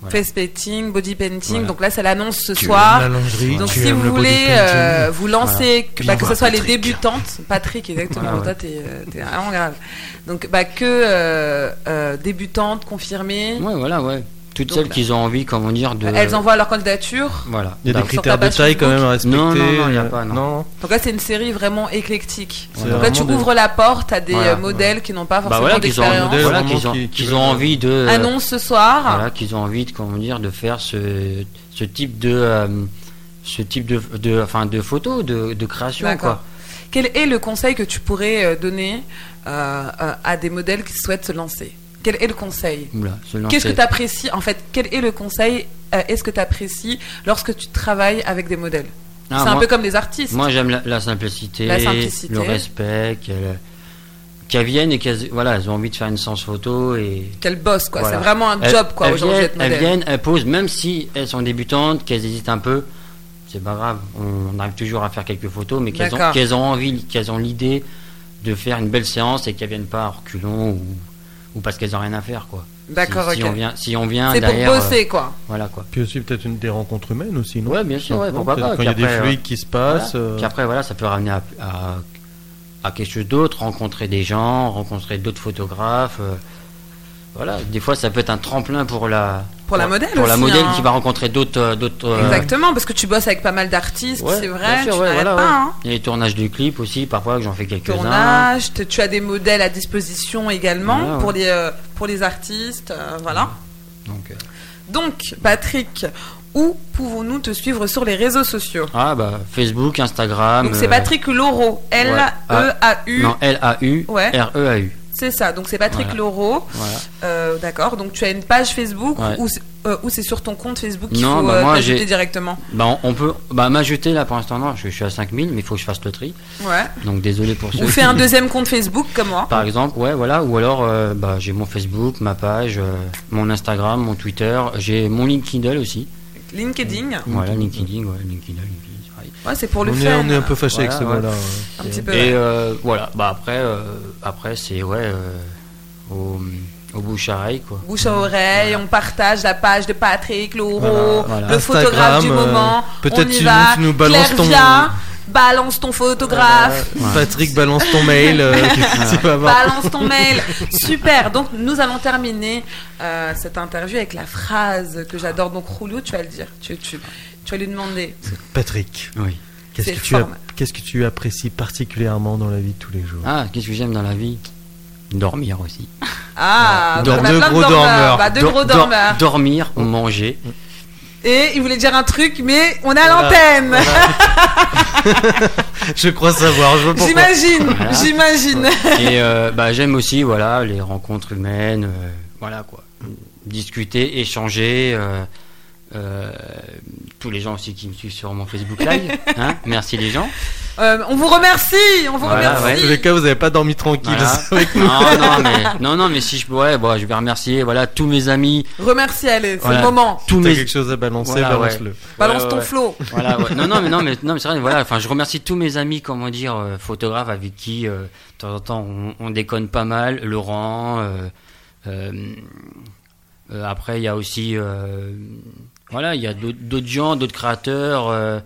S4: Voilà.
S1: Face painting, body painting.
S4: Voilà.
S1: Donc là, c'est l'annonce ce soir.
S2: lingerie,
S1: Donc si vous voulez euh, vous lancer, que, bah, que ce soit les débutantes, Patrick exactement,
S4: Voilà, Ah
S1: toi
S4: ouais.
S1: t'es euh, t'es vraiment grave. Donc bah, que euh, euh, débutantes confirmées,
S4: Ouais, voilà, ouais. toutes
S1: Donc,
S4: celles qui ont envie, comment dire, de.
S1: Elles envoient leur candidature.
S4: Voilà.
S2: Il y a des
S4: Bah,
S1: cri-
S2: critères de
S1: page
S2: taille quand même à respecter.
S4: Non, non, non, il y a pas, non.
S1: Donc là, c'est une série vraiment éclectique.
S2: C'est
S1: Donc là, tu
S2: vraiment des-
S1: ouvres la porte à des
S4: Voilà,
S1: euh, modèles qui n'ont pas
S4: Bah,
S1: forcément
S4: voilà, qu'ils ont,
S1: d'expérience.
S2: modèle.
S4: voilà,
S2: vraiment
S4: qu'ils ont,
S2: qui- qui
S4: qu'ils
S2: veulent-
S4: ont envie de. euh,
S1: Annonce ce soir.
S4: voilà, qu'ils ont envie de, comment dire, de faire ce, ce type de. euh, ce type de, de, enfin, de photos, de, de création,
S1: D'accord.
S4: quoi.
S1: Quel est le conseil que tu pourrais euh, donner euh, euh, à des modèles qui souhaitent se lancer Quel est le conseil
S4: Oula, se lancer.
S1: Qu'est-ce que tu apprécies En fait, quel est le conseil euh, Est-ce que tu apprécies lorsque tu travailles avec des modèles
S4: Ah,
S1: C'est un
S4: moi-
S1: peu comme les artistes.
S4: Moi, j'aime la, la simplicité,
S1: La simplicité.
S4: le respect, qu'elles qu'elles viennent et qu'elles voilà, elles ont envie de faire une séance photo et
S1: Qu'elles bossent, quoi.
S4: voilà.
S1: C'est vraiment un
S4: Elles-
S1: job, quoi,
S4: elles
S1: aujourd'hui,
S4: viennent-
S1: d'être
S4: Elles
S1: modèle.
S4: viennent, elles posent, même si elles sont débutantes, qu'elles hésitent un peu, c'est pas grave. On, on arrive toujours à faire quelques photos, mais qu'elles ont,
S1: D'accord.
S4: qu'elles ont envie, qu'elles ont l'idée de faire une belle séance et qu'elles viennent pas en reculons ou, ou parce qu'elles ont rien à faire, quoi.
S1: D'accord,
S4: Si, si
S1: ok.
S4: on vient, si on vient
S1: C'est pour
S4: derrière, euh,
S1: bosser, quoi.
S4: voilà quoi.
S2: Puis aussi peut-être une des rencontres humaines aussi, non
S4: Ouais, bien sûr, ouais,
S2: Simplement,
S4: pourquoi
S2: peut-être
S4: pas,
S2: Quand il y a
S4: puis
S2: des
S4: après,
S2: fluides qui se passent.
S4: Voilà.
S2: euh,
S4: Puis après, voilà, ça peut ramener à, à, à quelque chose d'autre, rencontrer des gens, rencontrer d'autres photographes. euh, voilà, des fois, ça peut être un tremplin pour la
S1: Pour la modèle
S4: pour la
S1: aussi,
S4: modèle
S1: hein.
S4: qui va rencontrer d'autres euh, d'autres. euh,
S1: Exactement, parce que tu bosses avec pas mal d'artistes,
S4: ouais,
S1: c'est
S4: bien
S1: vrai.
S4: sûr,
S1: tu
S4: ouais,
S1: n'arrêtes
S4: voilà,
S1: pas,
S4: ouais.
S1: hein.
S4: Et les tournages du clip aussi, parfois que j'en fais quelques-uns.
S1: Tournage, t- tu as des modèles à disposition également
S4: Voilà, ouais.
S1: pour, les, euh, pour les artistes, euh, voilà.
S4: Donc, euh,
S1: Donc, Patrick, où pouvons-nous te suivre sur les réseaux sociaux
S4: ah bah Facebook,
S2: Ah,
S4: Instagram.
S1: Donc, c'est
S4: euh,
S1: Patrick Laureau, L-E-A-U.
S4: Non, L A U
S1: Ouais.
S4: R E A U.
S1: C'est ça, donc c'est Patrick
S4: Voilà.
S1: Laureau.
S4: Voilà.
S1: Euh, D'accord, donc tu as une page Facebook
S4: Ouais.
S1: ou c'est- euh, ou c'est sur ton compte Facebook qu'il
S4: Non,
S1: faut
S4: bah,
S1: euh,
S4: moi,
S1: t'ajouter
S4: j'ai-
S1: directement
S4: Bah on- on peut bah m'ajouter là pour l'instant non, je, je suis à 5000 mais il faut que je fasse le tri.
S1: Ouais.
S4: Donc désolé pour ceux
S1: Ou
S2: *laughs*
S1: fais un
S4: qui-
S1: deuxième compte Facebook comme moi.
S4: Par exemple, ouais, voilà. Ou alors, euh, bah, j'ai mon Facebook, ma page, euh, mon Instagram, mon Twitter. J'ai mon LinkedIn aussi.
S1: LinkedIn.
S4: Voilà, LinkedIn, ouais, LinkedIn, LinkedIn, c'est pareil.
S1: Ouais, c'est pour le
S2: Mm. on, est,
S1: fun.
S2: on est un peu fâché avec ce
S4: Voilà,
S2: mot-là.
S1: Un petit peu.
S4: Et
S1: ouais.
S4: euh, voilà. Bah après, euh, après c'est ouais, euh, au, au bouche à oreille quoi.
S1: Bouche à oreille, on partage la page de Patrick Laureau,
S2: Voilà, voilà.
S1: le photographe
S2: Instagram,
S1: du
S2: euh,
S1: moment.
S2: peut-être
S1: on y
S2: tu
S1: va.
S2: nous- tu nous balances
S1: Claire
S2: ton-
S1: Via, balance ton photographe.
S4: Ouais. Bah,
S2: Patrick, balance ton mail.
S4: *laughs*
S2: euh, qu'est-ce que tu vas avoir
S1: Balance ton mail. Super. Donc, nous allons terminer euh, cette interview avec la phrase que j'adore. Donc, Roulou, tu vas le dire. Tu, tu, tu vas lui demander.
S2: Patrick,
S4: Oui.
S2: qu'est-ce
S1: C'est
S2: que, tu app-
S1: formel.
S2: qu'est-ce que tu apprécies particulièrement dans la vie de tous les jours
S4: Ah, qu'est-ce que j'aime dans la vie Dormir aussi.
S1: Ah,
S2: Dor-
S1: bah,
S2: deux
S1: plein
S2: gros dormeurs.
S1: Bah, deux
S4: Dor-
S1: gros
S4: dor-
S1: dormeurs.
S4: Dormir, manger.
S1: Et il voulait dire un truc, mais on est à
S2: Voilà.
S1: l'antenne.
S2: Je crois savoir, je vois pourquoi.
S1: J'imagine,
S4: Voilà.
S1: j'imagine.
S4: Et euh, *laughs* bah, j'aime aussi voilà les rencontres humaines, euh, voilà quoi. Discuter, échanger. euh, euh, tous les gens aussi qui me suivent sur mon
S2: *laughs*
S4: Facebook Live. hein. Merci les gens.
S1: Euh, on vous remercie, on vous
S4: Voilà,
S2: Dans
S1: remercie.
S2: tous les cas, vous n'avez pas dormi tranquille.
S4: Voilà.
S2: avec nous.
S4: Non, non, mais, non, non, mais si je pourrais, bon, je vais remercier voilà, tous mes amis.
S1: Remercie, allez, c'est
S4: Voilà.
S1: le moment.
S4: Tous
S2: T'as
S4: mes...
S2: quelque chose à balancer,
S4: Voilà,
S2: balance-le.
S1: Balance
S4: Ouais,
S1: ton
S4: ouais.
S1: flot.
S4: Voilà, ouais. Non, non, mais, non, mais, non, mais c'est vrai, voilà, enfin, je remercie tous mes amis, comment dire, euh, photographes avec qui, euh, de temps en temps, on, on déconne pas mal. Laurent, euh, euh, euh, après, il y a aussi, euh, voilà, il y a d'autres d'autres gens, d'autres créateurs. euh,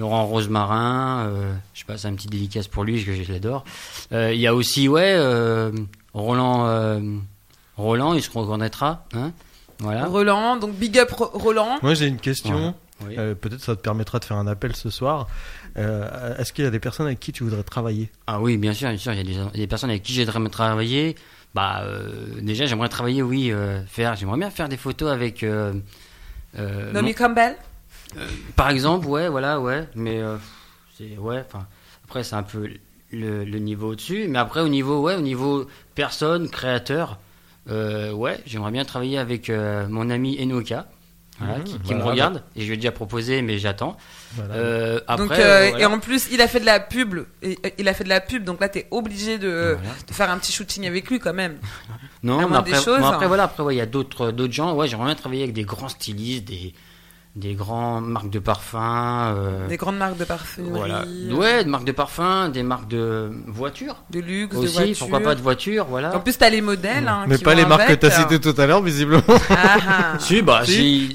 S4: Laurent Rosemarin, euh, je passe un petit dédicace pour lui, parce que je l'adore. Euh, Il y a aussi, ouais, euh, Roland, euh, Roland, il se reconnaîtra, hein, voilà.
S1: Roland, donc big up Ro- Roland.
S2: Moi, j'ai une question.
S4: Voilà. Oui.
S2: Euh, peut-être ça te permettra de faire un appel ce soir. Euh, est-ce qu'il y a des personnes avec qui tu voudrais travailler
S4: Ah oui, bien sûr, bien sûr. Il y a des, il y a des personnes avec qui j'aimerais travailler. Bah, euh, déjà, j'aimerais travailler, oui, euh, faire. J'aimerais bien faire des photos avec. euh, euh,
S1: Naomi Campbell.
S4: mon- par exemple, ouais, voilà, ouais. Mais euh, c'est ouais. Enfin, après, c'est un peu le, le niveau au-dessus. Mais après, au niveau, ouais, au niveau personne, créateur, euh, ouais, j'aimerais bien travailler avec euh, mon ami Enoka. voilà,
S1: Mmh,
S2: Mhm,
S4: qui, qui
S2: voilà,
S4: me regarde et je lui ai déjà proposé mais j'attends
S2: Voilà.
S4: Euh, après
S1: Bah donc, euh,
S4: voilà.
S1: Et en plus, il a fait de la pub. Et- et Il a fait de la pub, donc là, t'es obligé de,
S4: Voilà.
S1: de faire un petit shooting avec lui quand même.
S4: Non,
S1: La
S4: mais
S1: moindre des
S4: après,
S1: choses. hein.
S4: mais après, voilà, après ouais, il y a d'autres d'autres gens. Ouais, j'aimerais bien travailler avec des grands stylistes, des des grandes marques de parfums. euh,
S1: Des grandes marques de parfumerie, euh,
S4: voilà. Ouais, des marques de parfums, des marques de voitures
S1: de luxe, de
S4: aussi.
S1: voitures.
S4: Pourquoi pas de voitures, voilà.
S1: En plus, t'as les modèles. hein,
S2: Mais
S1: qui
S2: pas
S1: vont
S2: les marques que
S1: avec.
S2: t'as citées tout à l'heure, visiblement.
S1: Ah, ah.
S4: Si, bah, si.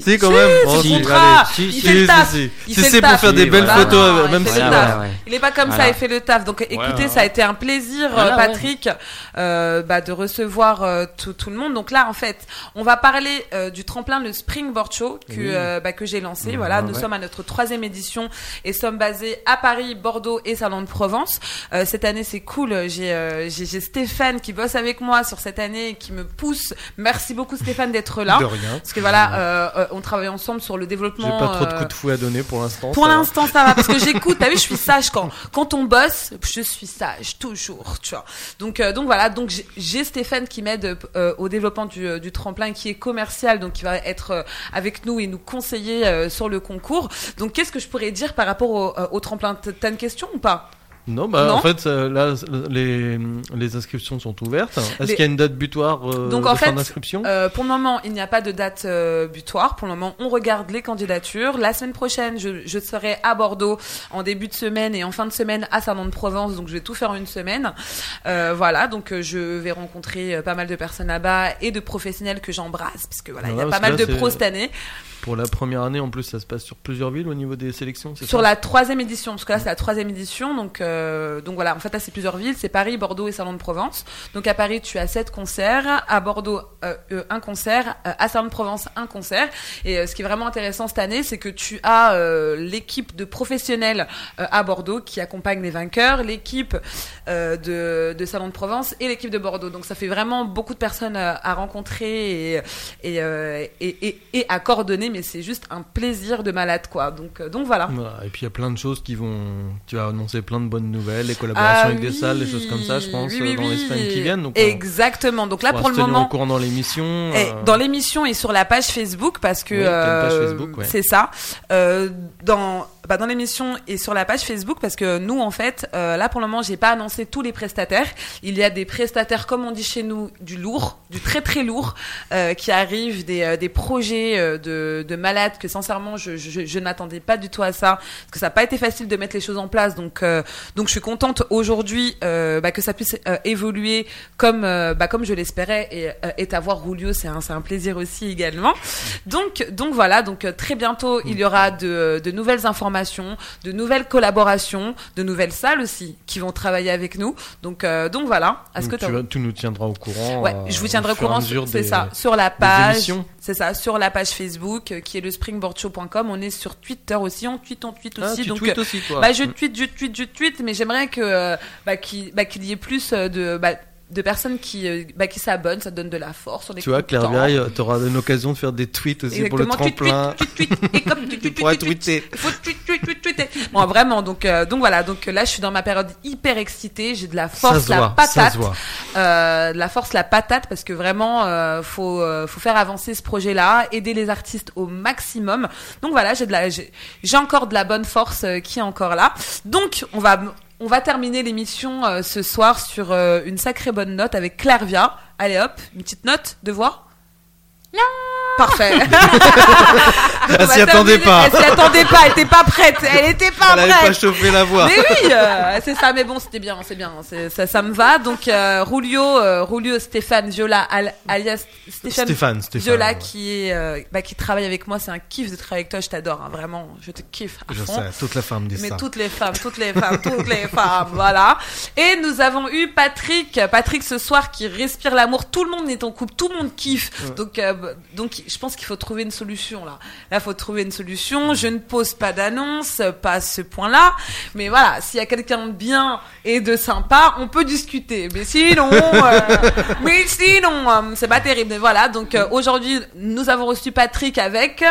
S2: *laughs* si, quand
S1: Si,
S2: même.
S1: c'est
S4: son
S1: contrat.
S2: allez, si,
S1: Il
S2: si,
S1: fait le
S2: si,
S1: taf.
S2: si.
S1: Il
S2: Si
S1: fait
S2: c'est
S1: le
S2: pour
S1: taf.
S2: faire des
S4: Oui,
S2: belles
S4: voilà.
S2: photos,
S1: Non, non,
S2: même
S1: il
S2: si.
S1: fait le
S2: voilà.
S1: taf. Il n'est pas comme ça,
S4: Voilà.
S1: il fait le taf. Donc écoutez,
S4: ouais.
S1: ça a été un plaisir,
S4: Voilà,
S1: euh,
S4: ouais.
S1: Patrick, euh, bah, de recevoir euh, tout, tout le monde. Donc là, en fait, on va parler euh, du tremplin, le Springboard Show que,
S4: Oui.
S1: euh, bah, que j'ai lancé.
S4: Ouais,
S1: voilà,
S4: ouais,
S1: nous
S4: ouais.
S1: sommes à notre troisième édition et sommes basés à Paris, Bordeaux et Salon de Provence. Euh, cette année, c'est cool. J'ai euh, j'ai- j'ai Stéphane qui bosse avec moi sur cette année et qui me pousse. Merci beaucoup, Stéphane, d'être là.
S2: De rien.
S1: Parce que voilà, euh, euh, on travaille ensemble sur le
S2: J'ai
S1: développement.
S2: pas trop de
S1: euh,
S2: coups de fouet à donner pour l'instant.
S1: pour
S2: ça va.
S1: l'instant, ça va parce que j'écoute. T'as vu, je suis sage quand quand on bosse, je suis sage toujours, tu vois. Donc euh, donc voilà, donc j'ai- j'ai Stéphane qui m'aide euh, au développement du, euh, du tremplin, qui est commercial, donc qui va être euh, avec nous et nous conseiller euh, sur le concours. Donc qu'est-ce que je pourrais dire par rapport au, euh, au tremplin T- T'as une question ou pas
S2: Non, bah
S1: Non.
S2: en fait, euh, là, les, les inscriptions sont ouvertes. Est-ce
S1: Les-
S2: qu'il y a une date butoir euh,
S1: Donc,
S2: de
S1: en
S2: fin
S1: fait,
S2: d'inscription
S1: Euh, pour le moment, il n'y a pas de date euh, butoir. Pour le moment, on regarde les candidatures. La semaine prochaine, je, je serai à Bordeaux en début de semaine et en fin de semaine à Saint-Nom-de-Provence. Donc, je vais tout faire en une semaine. Euh, voilà, donc euh, je vais rencontrer euh, pas mal de personnes là-bas et de professionnels que j'embrasse, parce que voilà, il y
S2: Voilà,
S1: a pas
S2: parce
S1: mal
S2: que là,
S1: de pros
S2: c'est-
S1: cette année.
S2: Pour la première année, en plus, ça se passe sur plusieurs villes au niveau des sélections, c'est
S1: Sur
S2: ça
S1: la troisième édition, parce que là c'est la troisième édition, donc euh, donc voilà, en fait là c'est plusieurs villes, c'est Paris, Bordeaux et Salon-de-Provence. Donc à Paris tu as sept concerts, à Bordeaux euh, euh, un concert, euh, à Salon-de-Provence un concert. Et euh, ce qui est vraiment intéressant cette année, c'est que tu as euh, l'équipe de professionnels euh, à Bordeaux qui accompagne les vainqueurs, l'équipe euh, de, de Salon-de-Provence et l'équipe de Bordeaux. Donc ça fait vraiment beaucoup de personnes euh, à rencontrer et et, euh, et, et et à coordonner, mais c'est juste un plaisir de malade quoi. Donc euh, donc voilà.
S2: Voilà, Et puis il y a plein de choses qui vont. Tu as annoncé plein de bonnes nouvelles, les collaborations
S1: Ah
S2: avec des
S1: oui,
S2: salles, des choses comme ça, je pense,
S1: oui, oui,
S2: euh, dans les
S1: oui.
S2: semaines qui viennent. Donc, on-
S1: Exactement. Donc là,
S2: on va
S1: pour le
S2: se tenir au
S1: moment,
S2: courant dans l'émission.
S1: eh,
S2: euh,
S1: dans l'émission et sur la page Facebook, parce que
S2: Oui, t'as une page
S1: euh,
S2: Facebook, ouais.
S1: c'est ça. Euh, dans bah, dans l'émission et sur la page Facebook, parce que nous, en fait, euh, là pour le moment, j'ai pas annoncé tous les prestataires. Il y a des prestataires, comme on dit chez nous, du lourd, du très très lourd, euh, qui arrivent, des, euh, des projets euh, de, de malades que sincèrement, je, je, je n'attendais pas du tout à ça, parce que ça n'a pas été facile de mettre les choses en place. Donc euh, donc je suis contente aujourd'hui euh, bah, que ça puisse euh, évoluer comme euh, bah, comme je l'espérais et, euh, et t'avoir Rulio c'est un c'est un plaisir aussi également. Donc donc voilà donc euh, très bientôt il y aura de, de nouvelles informations, de nouvelles collaborations, de nouvelles salles aussi qui vont travailler avec nous. Donc euh, donc voilà. Est-ce
S2: donc
S1: que
S2: tu, vas- tu nous tiendras au courant.
S1: Ouais,
S2: euh,
S1: je vous tiendrai au
S2: fur et à
S1: courant,
S2: mesure
S1: sur- c'est
S2: des-
S1: ça, sur la page,
S2: émissions.
S1: c'est ça, sur la page Facebook euh, qui est le springboardshow.com. On est sur Twitter aussi, on tweet, on tweet
S2: Ah,
S1: aussi.
S2: tu
S1: donc
S2: tweets aussi, toi.
S1: bah, je tweet, je tweet, je tweet, mais j'aimerais que euh, bah, qu'il bah, qu'il y ait plus euh, de bah, de personnes qui euh, bah, qui s'abonnent, ça donne de la force. On est
S2: Tu vois, Claire
S1: content.
S2: Verrier, tu auras une occasion de faire des tweets aussi pour le
S1: Exactement, tweet,
S2: tremplin.
S1: tweet, tweet, tweet, et
S2: *laughs*
S1: comme tu
S2: Tu
S1: tweet,
S2: pourras
S1: tweet, tweet,
S2: tweeter.
S1: faut tweet, tweet, tweet, tweeter. Bon, vraiment, donc euh, donc voilà, donc euh, là je suis dans ma période hyper excitée, j'ai de la
S2: Ça
S1: force,
S2: se
S1: la
S2: voit, ça
S1: patate,
S2: se voit.
S1: euh, de la force, la patate, parce que vraiment euh, faut euh, faut faire avancer ce projet-là, aider les artistes au maximum. Donc voilà, j'ai de la j'ai j'ai encore de la bonne force euh, qui est encore là. Donc on va on va terminer l'émission euh, ce soir sur euh, une sacrée bonne note avec Clarvia. Allez hop, une petite note de voix. Parfait. Donc, Ah, on
S2: *laughs* Elle
S1: va
S2: s'y
S1: terminer-
S2: attendait pas.
S1: Elle s'y attendait pas. Elle était pas prête. Elle était pas
S2: Elle avait
S1: prête.
S2: pas chauffé la voix.
S1: Mais oui, euh, c'est ça. Mais bon, c'était bien, c'est bien. c'est- Ça, ça me va. Donc, euh, Rulio, euh, Rulio Stéphane Viola, al- alias Stéphane,
S2: Stéphane, Stéphane.
S1: Viola,
S2: ouais.
S1: qui est, euh, bah, qui travaille avec moi. C'est un kiff de travailler avec toi. Je t'adore, hein, vraiment. Je te kiffe à
S2: Je
S1: fond.
S2: sais, toute la femme dit
S1: Mais
S2: ça.
S1: toutes les femmes, toutes les femmes, toutes les femmes, voilà. Et nous avons eu Patrick, Patrick ce soir qui respire l'amour. Tout le monde est en couple, tout le monde kiffe. Donc, euh, donc, je pense qu'il faut trouver une solution là. Là, faut trouver une solution. Je ne pose pas d'annonce, pas à ce point-là. Mais voilà, s'il y a quelqu'un de bien et de sympa, on peut discuter. Mais sinon, *laughs* euh, mais sinon, euh, c'est pas terrible. Mais voilà, donc euh, aujourd'hui, nous avons reçu Patrick avec.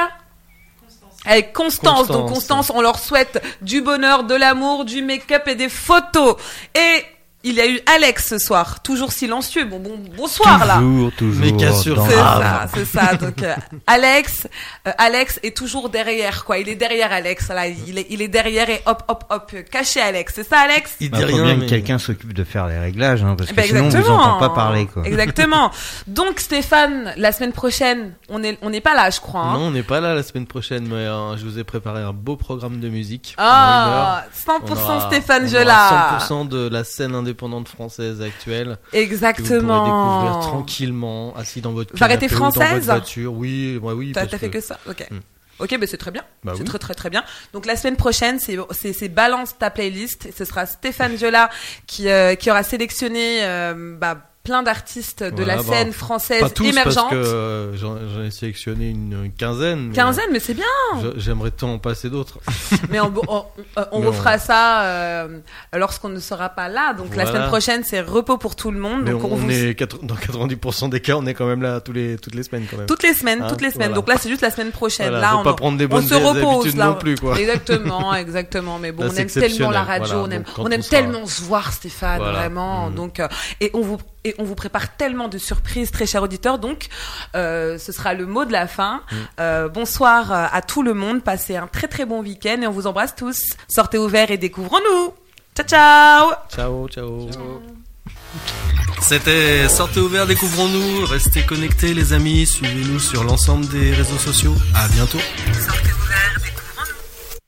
S1: Avec Constance. Donc
S2: Constance.
S1: Constance, on leur souhaite du bonheur, de l'amour, du make-up et des photos. Et Il y a eu Alex ce soir, toujours silencieux. Bon, bon bonsoir là.
S8: toujours, Ah, toujours.
S2: Mais qu'à sûr,
S8: dans
S1: C'est
S8: la-
S1: ça, c'est ça. Donc euh, Alex, euh, Alex est toujours derrière quoi. Il est derrière Alex là. Il est, il est derrière et hop, hop, hop, euh, caché Alex. C'est ça Alex
S2: Il
S8: Bah,
S2: dit
S8: faut
S2: rien.
S8: bien
S2: mais-
S8: que quelqu'un s'occupe de faire les réglages, hein, parce que
S1: Ben,
S8: sinon on vous entend pas parler. Quoi. *laughs*
S1: Exactement. Donc Stéphane, la semaine prochaine, on est, on n'est pas là, je crois. hein.
S2: Non, on n'est pas là la semaine prochaine, mais euh, je vous ai préparé un beau programme de musique.
S1: Ah,
S2: pendant
S1: 100%
S2: une heure. On aura-
S1: Stéphane
S2: on
S1: Jola.
S2: aura 100% de la scène indépendante française actuelle. Que vous pourrez découvrir
S1: Exactement.
S2: tranquillement, assis dans votre
S1: Variété
S2: canapé ou dans votre
S1: française
S2: voiture. Oui, ouais, oui.
S1: T'as
S2: parce
S1: t'as fait que ça Ok.
S2: Hmm.
S1: Ok, bah c'est très bien.
S2: Bah
S1: c'est
S2: oui.
S1: très très très bien. Donc la semaine prochaine, c'est- c'est c'est balance ta playlist. Ce sera Stéphane Viola qui euh, qui aura sélectionné euh, bah, plein d'artistes de
S2: Voilà,
S1: la
S2: bah,
S1: scène
S2: Pas
S1: française
S2: tous parce
S1: émergente.
S2: que euh, j'en j'en ai sélectionné une, une quinzaine. mais
S1: Quinzaine, mais
S2: *laughs*
S1: c'est bien.
S2: j'a- J'aimerais tant en passer d'autres.
S1: Mais on, on, on- on
S2: Mais on-
S1: refera ça euh, lorsqu'on ne sera pas là. Donc la
S2: Voilà.
S1: semaine prochaine, c'est repos pour tout le monde.
S2: Mais
S1: Donc
S2: on,
S1: on, vous-
S2: est quatre- dans 90% des cas, on est quand même là tous les, toutes les semaines quand même.
S1: toutes les semaines,
S2: Hein,
S1: toutes les semaines.
S2: voilà.
S1: Donc là, c'est juste la semaine prochaine.
S2: Voilà,
S1: là,
S2: faut
S1: on
S2: pas prendre des
S1: on
S2: bonnes
S1: se
S2: vieilles
S1: repose
S2: habitudes
S1: là.
S2: non plus quoi.
S1: Exactement, *laughs* exactement. Mais bon,
S2: Là,
S1: on
S2: c'est
S1: aime tellement la
S2: exceptionnel,
S1: radio,
S2: voilà.
S1: on aime,
S2: Donc, quand
S1: on aime
S2: on sera-
S1: tellement se voir, Stéphane,
S2: Voilà.
S1: vraiment.
S2: Mhm.
S1: Donc, euh, et on vous et on vous prépare tellement de surprises, très cher auditeur. Donc, euh, ce sera le mot de la fin.
S2: Mm.
S1: Euh, bonsoir euh, à tout le monde. Passez un très très bon week-end et on vous embrasse tous. Sortez ouverts et découvrons-nous. Ciao ciao.
S2: ciao. ciao.
S6: C'était Sortez ouvert, découvrons-nous. Restez connectés, les amis. Suivez-nous sur l'ensemble des réseaux sociaux. À bientôt.
S1: Sortez ouverts.